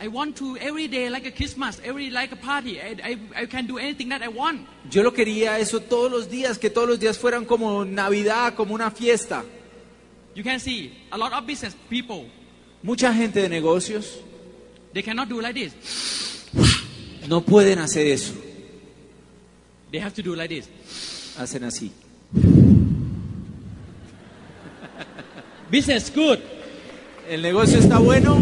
A: I want to every day like a Christmas, every like a party. I, I, I can do anything that I want.
B: Yo lo quería eso todos los días, que todos los días fueran como Navidad, como una fiesta.
A: You can see a lot of business people
B: Mucha gente de negocios
A: They cannot do like this.
B: no pueden hacer eso.
A: They have to do like this.
B: Hacen así.
A: Business good.
B: El negocio está bueno,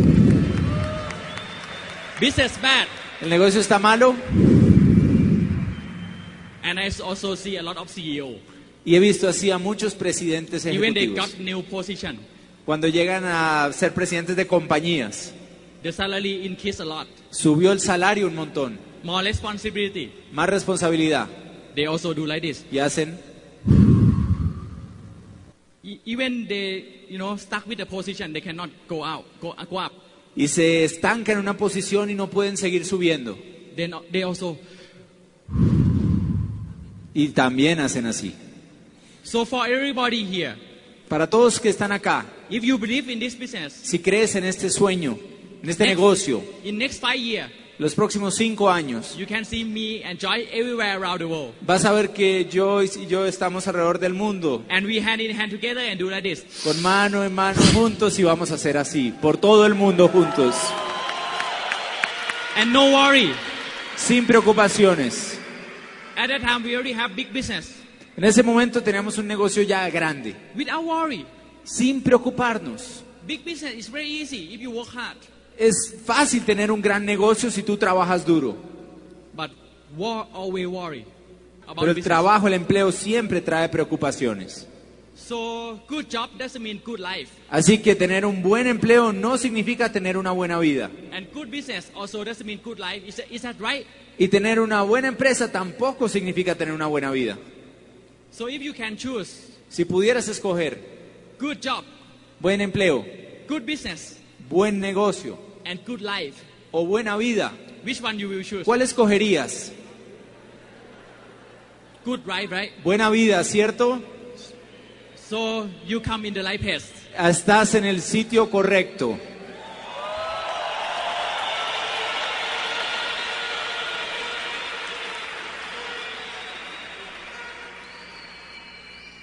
A: Business bad.
B: el negocio está malo
A: And I also see a lot of CEO.
B: y he visto así a muchos presidentes
A: Even they got
B: ejecutivos.
A: new position.
B: Cuando llegan a ser presidentes de compañías,
A: The salary increase a lot.
B: subió el salario un montón,
A: More responsibility.
B: más responsabilidad
A: They also do like this.
B: y hacen
A: E- Even they, you know, stuck with the position, they cannot go out, go, go up.
B: y se estancan en una posición y no pueden seguir subiendo.
A: They, not, they also.
B: Y también hacen así.
A: So for everybody here,
B: Para todos que están acá,
A: if you believe in this business,
B: si crees en este sueño, en este
A: Next.
B: negocio,
A: in next five years,
B: los próximos cinco años,
A: you can see me and Joy everywhere around the world.
B: vas a ver que yo y yo estamos alrededor del mundo,
A: And we hand in hand together and do like this.
B: con mano en mano juntos y vamos a hacer así, por todo el mundo juntos,
A: And no worry.
B: sin preocupaciones.
A: At that time, we already have big business.
B: En ese momento teníamos un negocio ya grande,
A: Without worry.
B: sin preocuparnos.
A: Big business is very easy if you work hard.
B: Es fácil tener un gran negocio si tú trabajas duro,
A: But war always worry about
B: pero el
A: business.
B: trabajo, el empleo siempre trae preocupaciones.
A: So good job doesn't mean good life.
B: Así que tener un buen empleo no significa tener una buena vida.
A: And good business also doesn't mean good life. Is that, is that right?
B: Y tener una buena empresa tampoco significa tener una buena vida.
A: So if you can choose
B: Si pudieras escoger
A: good job,
B: buen empleo,
A: good business,
B: buen negocio
A: and good life,
B: o buena vida,
A: which one you will choose?
B: ¿cuál escogerías?
A: Good life, right?
B: Buena vida, ¿cierto?
A: So you come in the life path.
B: Estás en el sitio correcto.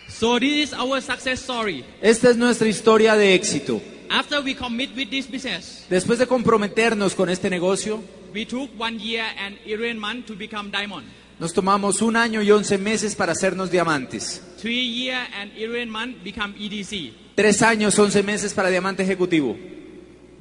A: So this is our success story.
B: Esta es nuestra historia de éxito.
A: After we commit with this business,
B: Después de comprometernos con este negocio,
A: we took one year and 11 month to become diamond.
B: nos tomamos un año y once meses para hacernos diamantes.
A: Three year and 11 month become E EDC
B: Tres años, once meses para diamante ejecutivo,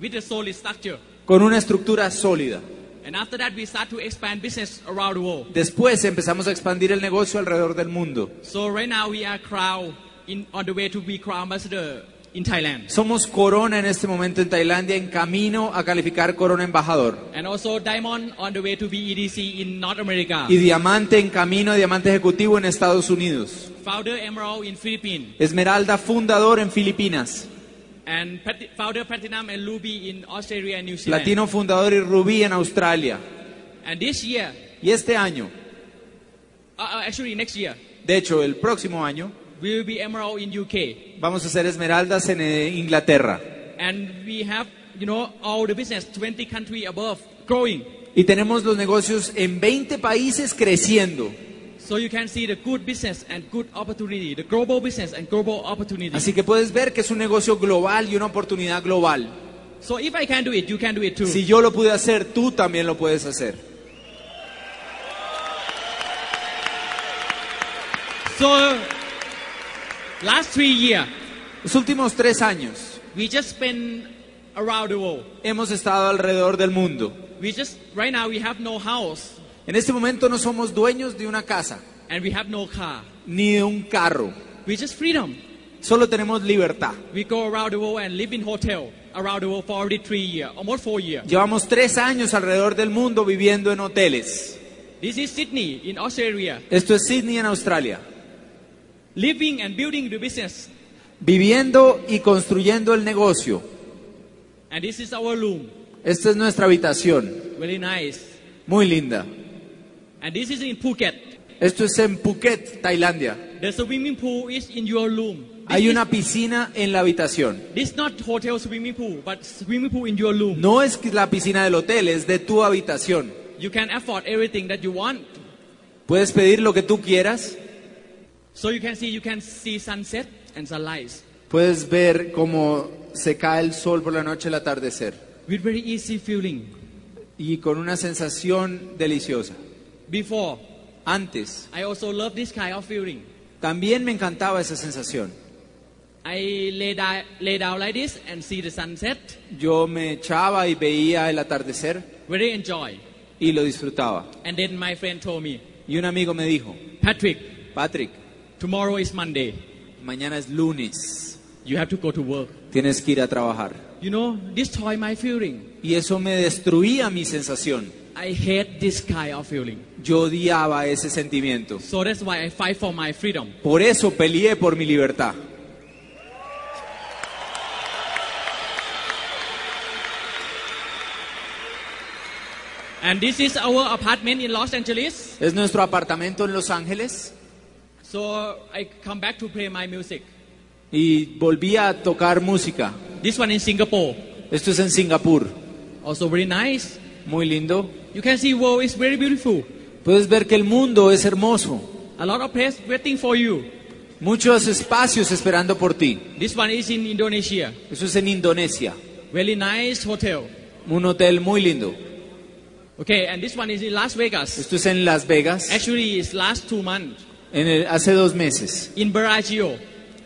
A: with a solid structure.
B: con una estructura sólida.
A: And after that, we start to expand business around the world.
B: Después empezamos a expandir el negocio alrededor del mundo.
A: So right now we are crown in, on the way to be crown ambassador in Thailand.
B: Somos corona en este momento en Tailandia en camino a calificar corona embajador
A: And also diamond on the way to be EDC in North America.
B: y diamante en camino a diamante ejecutivo en Estados Unidos.
A: Founder Emerald in Philippines.
B: Esmeralda fundador en Filipinas,
A: And Plat- founder Platinum and Ruby in Australia and New Zealand.
B: platino fundador y rubí en Australia.
A: And this year,
B: Y este año,
A: uh, uh, actually next year,
B: de hecho el próximo año,
A: we will be Emerald in UK.
B: vamos a hacer esmeraldas en eh, Inglaterra.
A: And we have, you know, all the business, 20 country above, growing.
B: Y tenemos los negocios en 20 países creciendo.
A: So you can see the good business and good opportunity, the global business and global opportunity.
B: Así que puedes ver que es un negocio global y una oportunidad global.
A: So if I can do it, you can do it too.
B: Si yo lo pude hacer, tú también lo puedes hacer.
A: So last three years,
B: Los últimos tres años
A: we just spent around the world.
B: hemos estado alrededor del mundo.
A: We just right now we have no house
B: En este momento no somos dueños de una casa
A: and we have no car.
B: ni de un carro.
A: We just freedom.
B: Solo tenemos libertad.
A: We go around the world and live in hotel around the world for already three years, almost four years.
B: Llevamos tres años alrededor del mundo viviendo en hoteles.
A: This is Sydney in Australia,
B: Esto es Sydney en Australia.
A: living and building the business.
B: Viviendo y construyendo el negocio.
A: And this is our room,
B: Esta es nuestra habitación.
A: very nice.
B: Muy linda.
A: And this is in Phuket.
B: Esto es en Phuket, Tailandia.
A: The swimming pool is in your room.
B: Hay
A: This,
B: una piscina en la habitación.
A: is, this not hotel swimming pool, but swimming pool in your room.
B: No es que la piscina del hotel, es de tu habitación.
A: You can afford everything that you want.
B: Puedes pedir lo que tú quieras.
A: So you can see, you can see sunset and sunrise.
B: Puedes ver cómo se cae el sol por la noche al atardecer
A: with very easy feeling.
B: y con una sensación deliciosa.
A: Before,
B: Antes,
A: I also love this kind of feeling.
B: también me encantaba esa sensación.
A: I lay, di- lay down like this and see the sunset.
B: Yo me echaba y veía el atardecer
A: Very enjoy.
B: y lo disfrutaba.
A: And then my friend told me,
B: Y un amigo me dijo,
A: Patrick,
B: Patrick,
A: tomorrow is Monday.
B: mañana es lunes,
A: You have to go to work.
B: tienes que ir a trabajar.
A: You know, destroy my feeling.
B: Y eso me destruía mi sensación.
A: I hate this kind of feeling.
B: Yo odiaba ese sentimiento.
A: So that's why I fight for my freedom.
B: Por eso peleé por mi libertad.
A: And this is our apartment in Los Angeles.
B: Es nuestro apartamento en Los Ángeles
A: So I come back to play my music.
B: y volví a tocar música.
A: This one in Singapore.
B: Esto es en Singapur.
A: Also very nice.
B: Muy lindo.
A: You can see world is very beautiful.
B: Puedes ver que el mundo es hermoso.
A: A lot of place waiting for you.
B: Muchos espacios esperando por ti.
A: This one is in Indonesia.
B: Eso es en Indonesia.
A: Very nice hotel.
B: Un hotel muy lindo.
A: Okay, and this one is in Las Vegas.
B: Esto es en Las Vegas.
A: Actually, it's last two months.
B: En el- hace dos meses.
A: In Bellagio.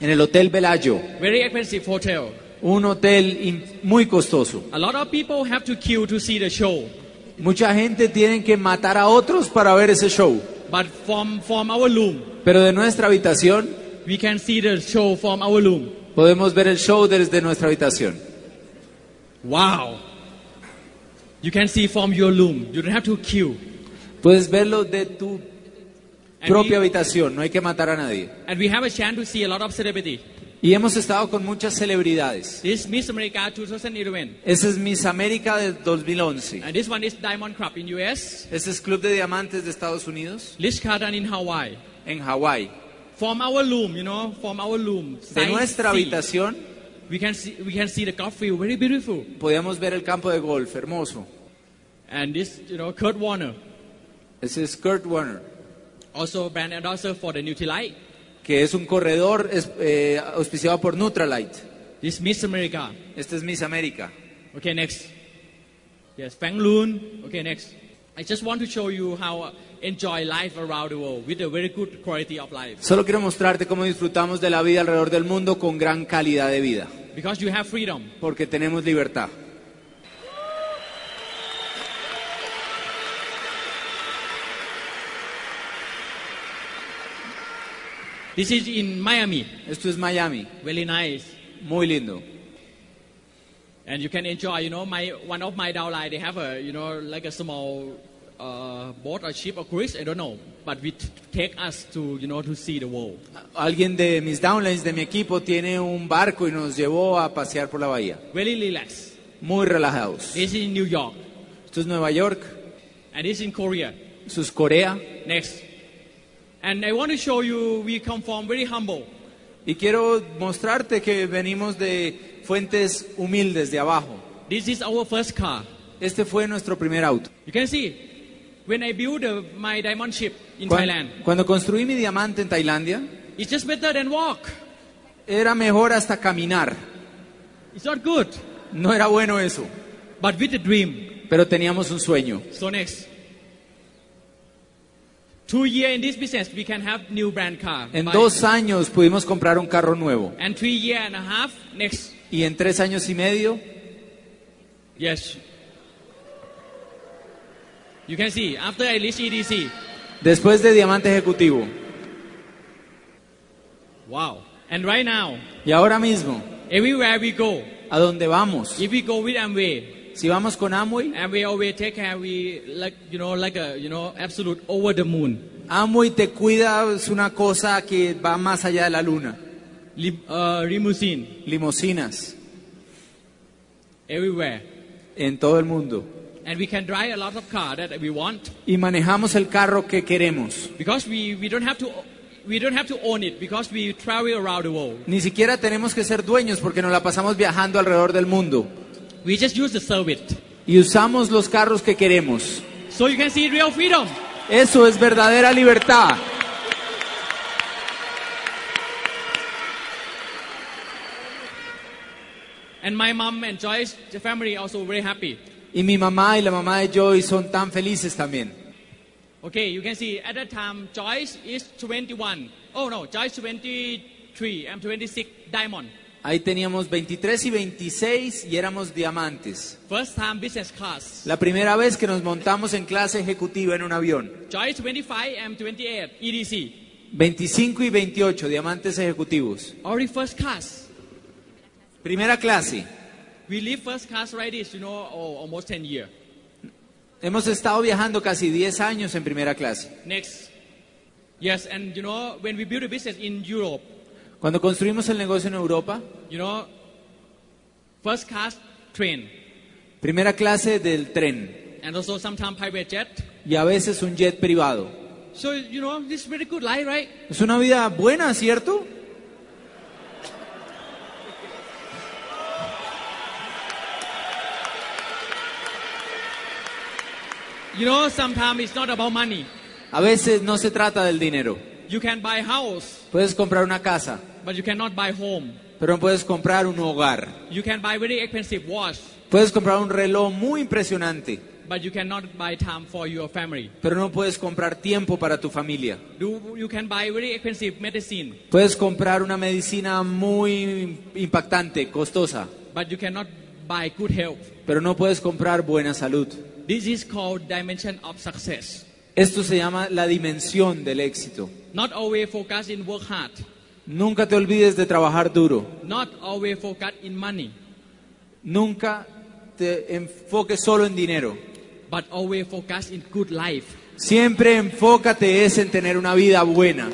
B: En el Hotel Bellagio.
A: Very expensive hotel.
B: Un hotel in- muy costoso.
A: A lot of people have to queue to see the show.
B: Mucha gente tiene que matar a otros para ver ese show.
A: But from, from our room,
B: Pero de nuestra habitación
A: we can see the show from our room.
B: podemos ver el show desde nuestra habitación.
A: Wow. You can see from your room. You don't have to queue.
B: Puedes verlo de tu
A: And
B: propia
A: we,
B: habitación. No hay que matar a nadie.
A: and we have a chance to see a lot of celebrity.
B: Y hemos estado con muchas celebridades.
A: This Miss America 2011.
B: Ese es Miss América del 2011.
A: And this one is Diamond Club in US.
B: Ese es Club de Diamantes de Estados Unidos,
A: Liz Carter in Hawaii.
B: en Hawái.
A: From our room, you know, from our room.
B: De
A: side
B: nuestra
A: C,
B: habitación
A: We can see, we can see the golf field, very beautiful.
B: podíamos ver el campo de golf, hermoso.
A: And this, you know, Kurt Warner,
B: Ese es Kurt Warner,
A: also brand ambassador for the Nutrilite.
B: que es un corredor es- eh, auspiciado por Nutralight.
A: This Miss America.
B: Este es Miss América.
A: Okay, next. Yes, Fang Loon. Okay, next. I just want to show you how uh, enjoy life around the world with a very good quality of life.
B: Solo quiero mostrarte cómo disfrutamos de la vida alrededor del mundo con gran calidad de vida,
A: Because you have freedom.
B: porque tenemos libertad.
A: This is in Miami.
B: Esto es Miami,
A: Very nice.
B: muy lindo.
A: And you can enjoy, you know, my one of my downline, they have a, you know, like a small uh, boat or ship or cruise, I don't know. But we t- take us to, you know, to see the world.
B: Alguien de mis downlines de mi equipo tiene un barco y nos llevó a pasear por la bahía.
A: Very relaxed.
B: Muy relajados.
A: This is in New York.
B: Esto es Nueva York,
A: And this is in Korea.
B: esto es Corea.
A: Next. And I want to show you, we come from very humble.
B: Y quiero mostrarte que venimos de fuentes humildes de abajo.
A: This is our first car.
B: Este fue nuestro primer auto.
A: You can see, when I build uh, my diamond ship in
B: Cuan-
A: Thailand,
B: cuando construí mi diamante en Tailandia,
A: it's just better than walk.
B: era mejor hasta caminar.
A: It's not good,
B: No era bueno eso,
A: but with a dream.
B: pero teníamos un sueño.
A: So next. Two year in this business, we can have new brand car.
B: En
A: Buy-
B: dos años pudimos comprar un carro nuevo
A: And three year and a half, next.
B: y en tres años y medio
A: Yes. You can see, after I E reach EDC,
B: después de Diamante Ejecutivo.
A: wow. And right now,
B: Y ahora mismo,
A: everywhere we go,
B: ¿a dónde vamos?
A: if we go with Amway,
B: Si vamos con Amway,
A: And we always take care. We like you know like a you know absolute over the moon.
B: Amway te cuida, es una cosa que va más allá de la luna.
A: Lim, uh, limousine
B: Limosinas
A: everywhere,
B: en todo el mundo.
A: and we can drive a lot of car that we want
B: y manejamos el carro que queremos.
A: because we we don't have to we don't have to own it because we travel around the world.
B: Ni siquiera tenemos que ser dueños porque nos la pasamos viajando alrededor del mundo
A: We just use the service.
B: y usamos los carros que queremos.
A: So you can see real freedom.
B: Eso es verdadera libertad.
A: And my mom and Joy's family also very happy.
B: Y mi mamá y la mamá de Joy son tan felices también.
A: Okay, you can see at that time Joyce is 21. Oh no, Joyce 23. I'm 26 diamond.
B: Ahí teníamos 23 y 26 y éramos diamantes.
A: First time business class.
B: La primera vez que nos montamos en clase ejecutiva en un avión.
A: Joyce 25. I'm 28. EDC.
B: 25 y 28, diamantes ejecutivos.
A: Already first class.
B: Primera clase.
A: We leave first class like this, you know, oh, almost 10 years.
B: Hemos estado viajando casi 10 años en primera clase.
A: Next. Yes, and you know, when we build a business in Europe,
B: Cuando construimos el negocio en Europa,
A: you know, first class train
B: primera clase del tren
A: and also sometimes private jet.
B: y a veces un jet privado.
A: So, you know, this is very good life, right?
B: Es una vida buena, ¿cierto?
A: You know, sometimes it's not about money.
B: A veces no se trata del dinero.
A: You can buy house,
B: Puedes comprar una casa,
A: but you cannot buy home.
B: pero no puedes comprar un hogar.
A: You can buy very expensive watch,
B: Puedes comprar un reloj muy impresionante,
A: but you cannot buy time for your family.
B: pero no puedes comprar tiempo para tu familia.
A: Do, you can buy very expensive medicine,
B: Puedes comprar una medicina muy impactante, costosa,
A: but you cannot buy good health.
B: pero no puedes comprar buena salud.
A: This is called dimension of success.
B: Esto se llama la dimensión del éxito.
A: Not always focus in work hard.
B: Nunca te olvides de trabajar duro.
A: Not always focus in money,
B: Nunca te enfoques solo en dinero.
A: but always focus in good life.
B: Siempre enfócate es en tener una vida buena.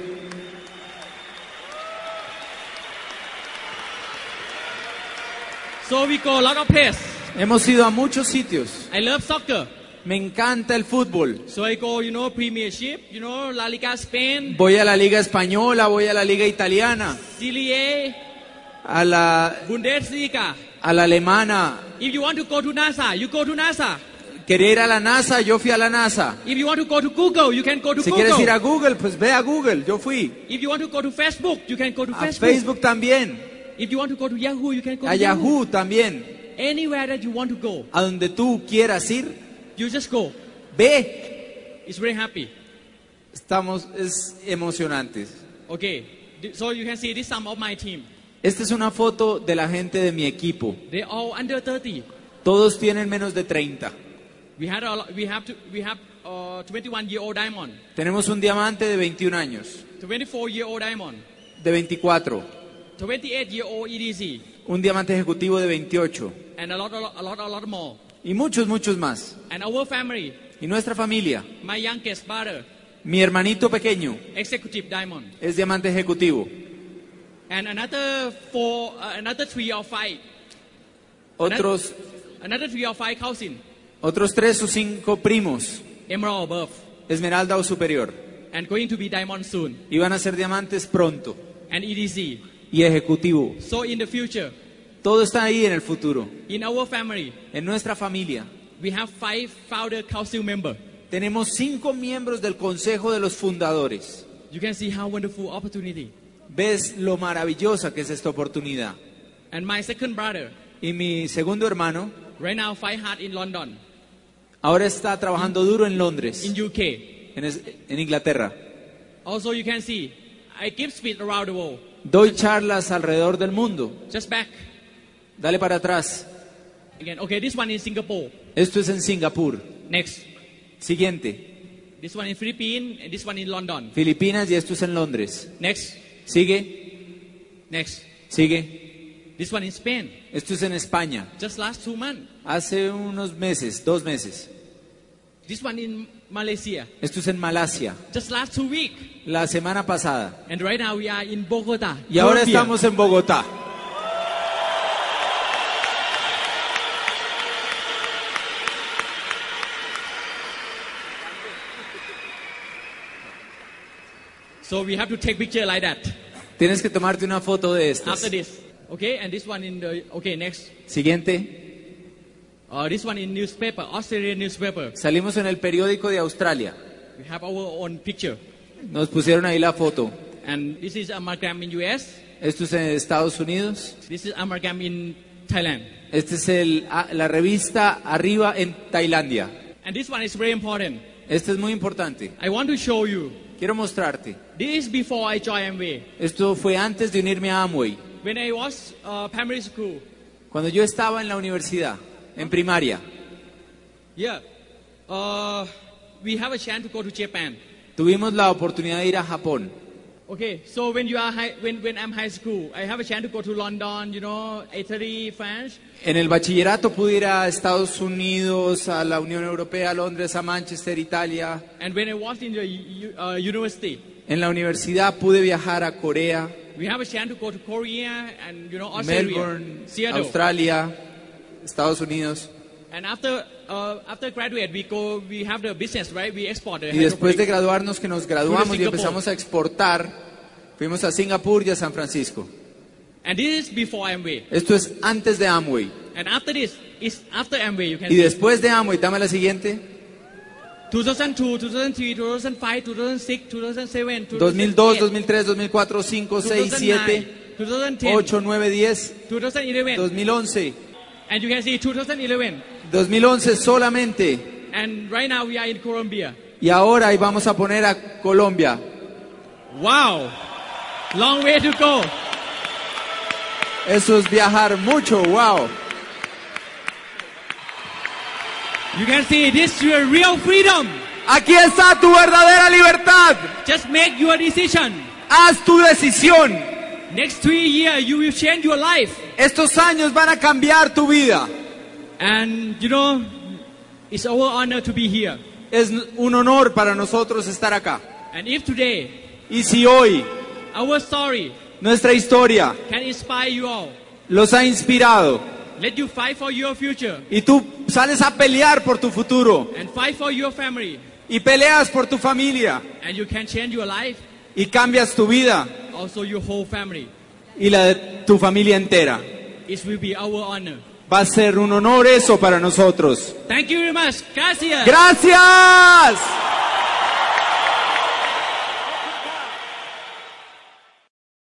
A: So we go a lot of place.
B: Hemos ido a muchos sitios.
A: I love soccer.
B: Me encanta el fútbol.
A: So I go, you know, Premiership, you know, La Liga Spain,
B: Voy a la liga española, voy a la liga italiana,
A: Serie A,
B: a la,
A: Bundesliga.
B: a la alemana.
A: If you want to go to NASA, you go to NASA.
B: Quería ir a la NASA, yo fui a la NASA.
A: If you want to go to Google, you can go to
B: Si
A: Google.
B: quieres ir a Google, pues ve a Google, yo fui.
A: If you want to go to Facebook, you can go to
B: A
A: Facebook.
B: Facebook también,
A: If you want to go to Yahoo, you can go
B: a
A: to
B: Yahoo también.
A: Anywhere that you want to go,
B: A donde tú quieras ir,
A: you just go.
B: ve.
A: It's very happy.
B: Estamos, es emocionantes.
A: Okay. Th- So you can see this some of my team.
B: Esta es una foto de la gente de mi equipo.
A: They all under 30.
B: Todos tienen menos de 30.
A: We had a lot, we have to, we have uh, 21 year old diamond,
B: Tenemos un diamante de 21 años,
A: 24 year old diamond,
B: de 24,
A: 28 year old EDC,
B: un diamante ejecutivo de 28
A: and a lot, a lot, a lot, a lot more.
B: y muchos, muchos más.
A: And our family,
B: Y nuestra familia,
A: my youngest brother,
B: mi hermanito pequeño
A: executive diamond,
B: es diamante ejecutivo.
A: and another four, uh, another three or five,
B: Otros,
A: another three or five cousin,
B: otros tres o cinco primos,
A: emerald above,
B: esmeralda o superior,
A: and going to be diamond soon,
B: y van a ser diamantes pronto
A: and EDC.
B: y ejecutivo.
A: So in the future,
B: Todo está ahí en el futuro.
A: in our family,
B: En nuestra familia
A: we have five founder council member.
B: tenemos cinco miembros del Consejo de los Fundadores.
A: You can see how wonderful opportunity.
B: ves lo maravillosa que es esta oportunidad.
A: And my second brother,
B: Y mi segundo hermano
A: right now fight hard in London,
B: ahora está trabajando duro en Londres,
A: in UK.
B: en, es- en Inglaterra.
A: Also, you can see, I give speech around the world.
B: Doy charlas alrededor del mundo.
A: Just back
B: Dale para atrás.
A: again. Okay, this one in Singapore.
B: Esto es en Singapur.
A: Next,
B: Siguiente,
A: this one in Philippines, and this one in London.
B: Filipinas y esto es en Londres.
A: Next,
B: Sigue,
A: next,
B: sigue.
A: this one in Spain.
B: Esto es en España.
A: Just last two months.
B: Hace unos meses, dos meses.
A: This one in Malaysia.
B: Esto es en Malasia,
A: Just last two week.
B: la semana pasada.
A: And right now we are in Bogota.
B: Y ahora
A: Colombia.
B: estamos en Bogotá.
A: So we have to take picture like that.
B: Tienes que tomarte una foto de estas.
A: After this, okay. And this one in the okay next.
B: Siguiente.
A: Uh, this one in newspaper, Australian newspaper.
B: Salimos en el periódico de Australia.
A: We have our own picture.
B: Nos pusieron ahí la foto.
A: And this is amalgam in US.
B: Esto es en Estados Unidos.
A: This is amalgam in Thailand.
B: Este es el, ah, la revista Arriba en Tailandia.
A: And this one is very important.
B: Este es muy importante.
A: I want to show you.
B: Quiero mostrarte.
A: This is before I joined Amway.
B: Esto fue antes de unirme a Amway.
A: When I was uh, primary school,
B: Cuando yo estaba en la universidad, en primaria,
A: yeah, uh, we have a chance to go to Japan.
B: tuvimos la oportunidad de ir a Japón.
A: Okay, so when you are high, when when I'm high school, I have a chance to go to London, you know, Italy, France.
B: En el bachillerato pude ir a Estados Unidos, a la Unión Europea, a Londres, a Manchester, Italia.
A: And when I was in the u- uh, university,
B: En la universidad pude viajar a Corea,
A: we have a chance to go to Korea and you know Australia,
B: Melbourne,
A: Seattle.
B: Australia, Estados Unidos.
A: And after uh, after graduate, we go. We have the business, right? We export. The
B: Y después de
A: hydroponic.
B: graduarnos, que nos graduamos y
A: Singapur.
B: empezamos a exportar, fuimos a Singapur y a San Francisco.
A: and this is before Amway.
B: Esto es antes de Amway.
A: And after this, it's after Amway. You can
B: Y
A: see
B: después de Amway, dame la siguiente,
A: 2002, 2003, 2005, 2006, 2007,
B: 2002, 2003, 2004, 5, 6, 7,
A: 2010,
B: 8, 9, 10,
A: 2011,
B: 2011.
A: and you can see 2011.
B: 2011 solamente.
A: And right now we are in Colombia.
B: Y ahora ahí vamos a poner a Colombia.
A: Wow, long way to go.
B: Eso es viajar mucho, wow.
A: You can see this is your real freedom.
B: Aquí está tu verdadera libertad.
A: Just make your decision.
B: Haz tu decisión.
A: Next three years you will change your life.
B: Estos años van a cambiar tu vida.
A: And you know, it's our honor to be here.
B: Es un honor para nosotros estar acá.
A: And if today
B: Y si hoy
A: our story
B: nuestra historia
A: can inspire you all,
B: los ha inspirado
A: let you fight for your future
B: y tú sales a pelear por tu futuro
A: and fight for your family,
B: y peleas por tu familia
A: and you can change your life,
B: y cambias tu vida
A: also your whole family.
B: y la de tu familia entera.
A: It will be our honor.
B: Va a ser un honor eso para nosotros.
A: Thank you very much. Gracias.
B: Gracias.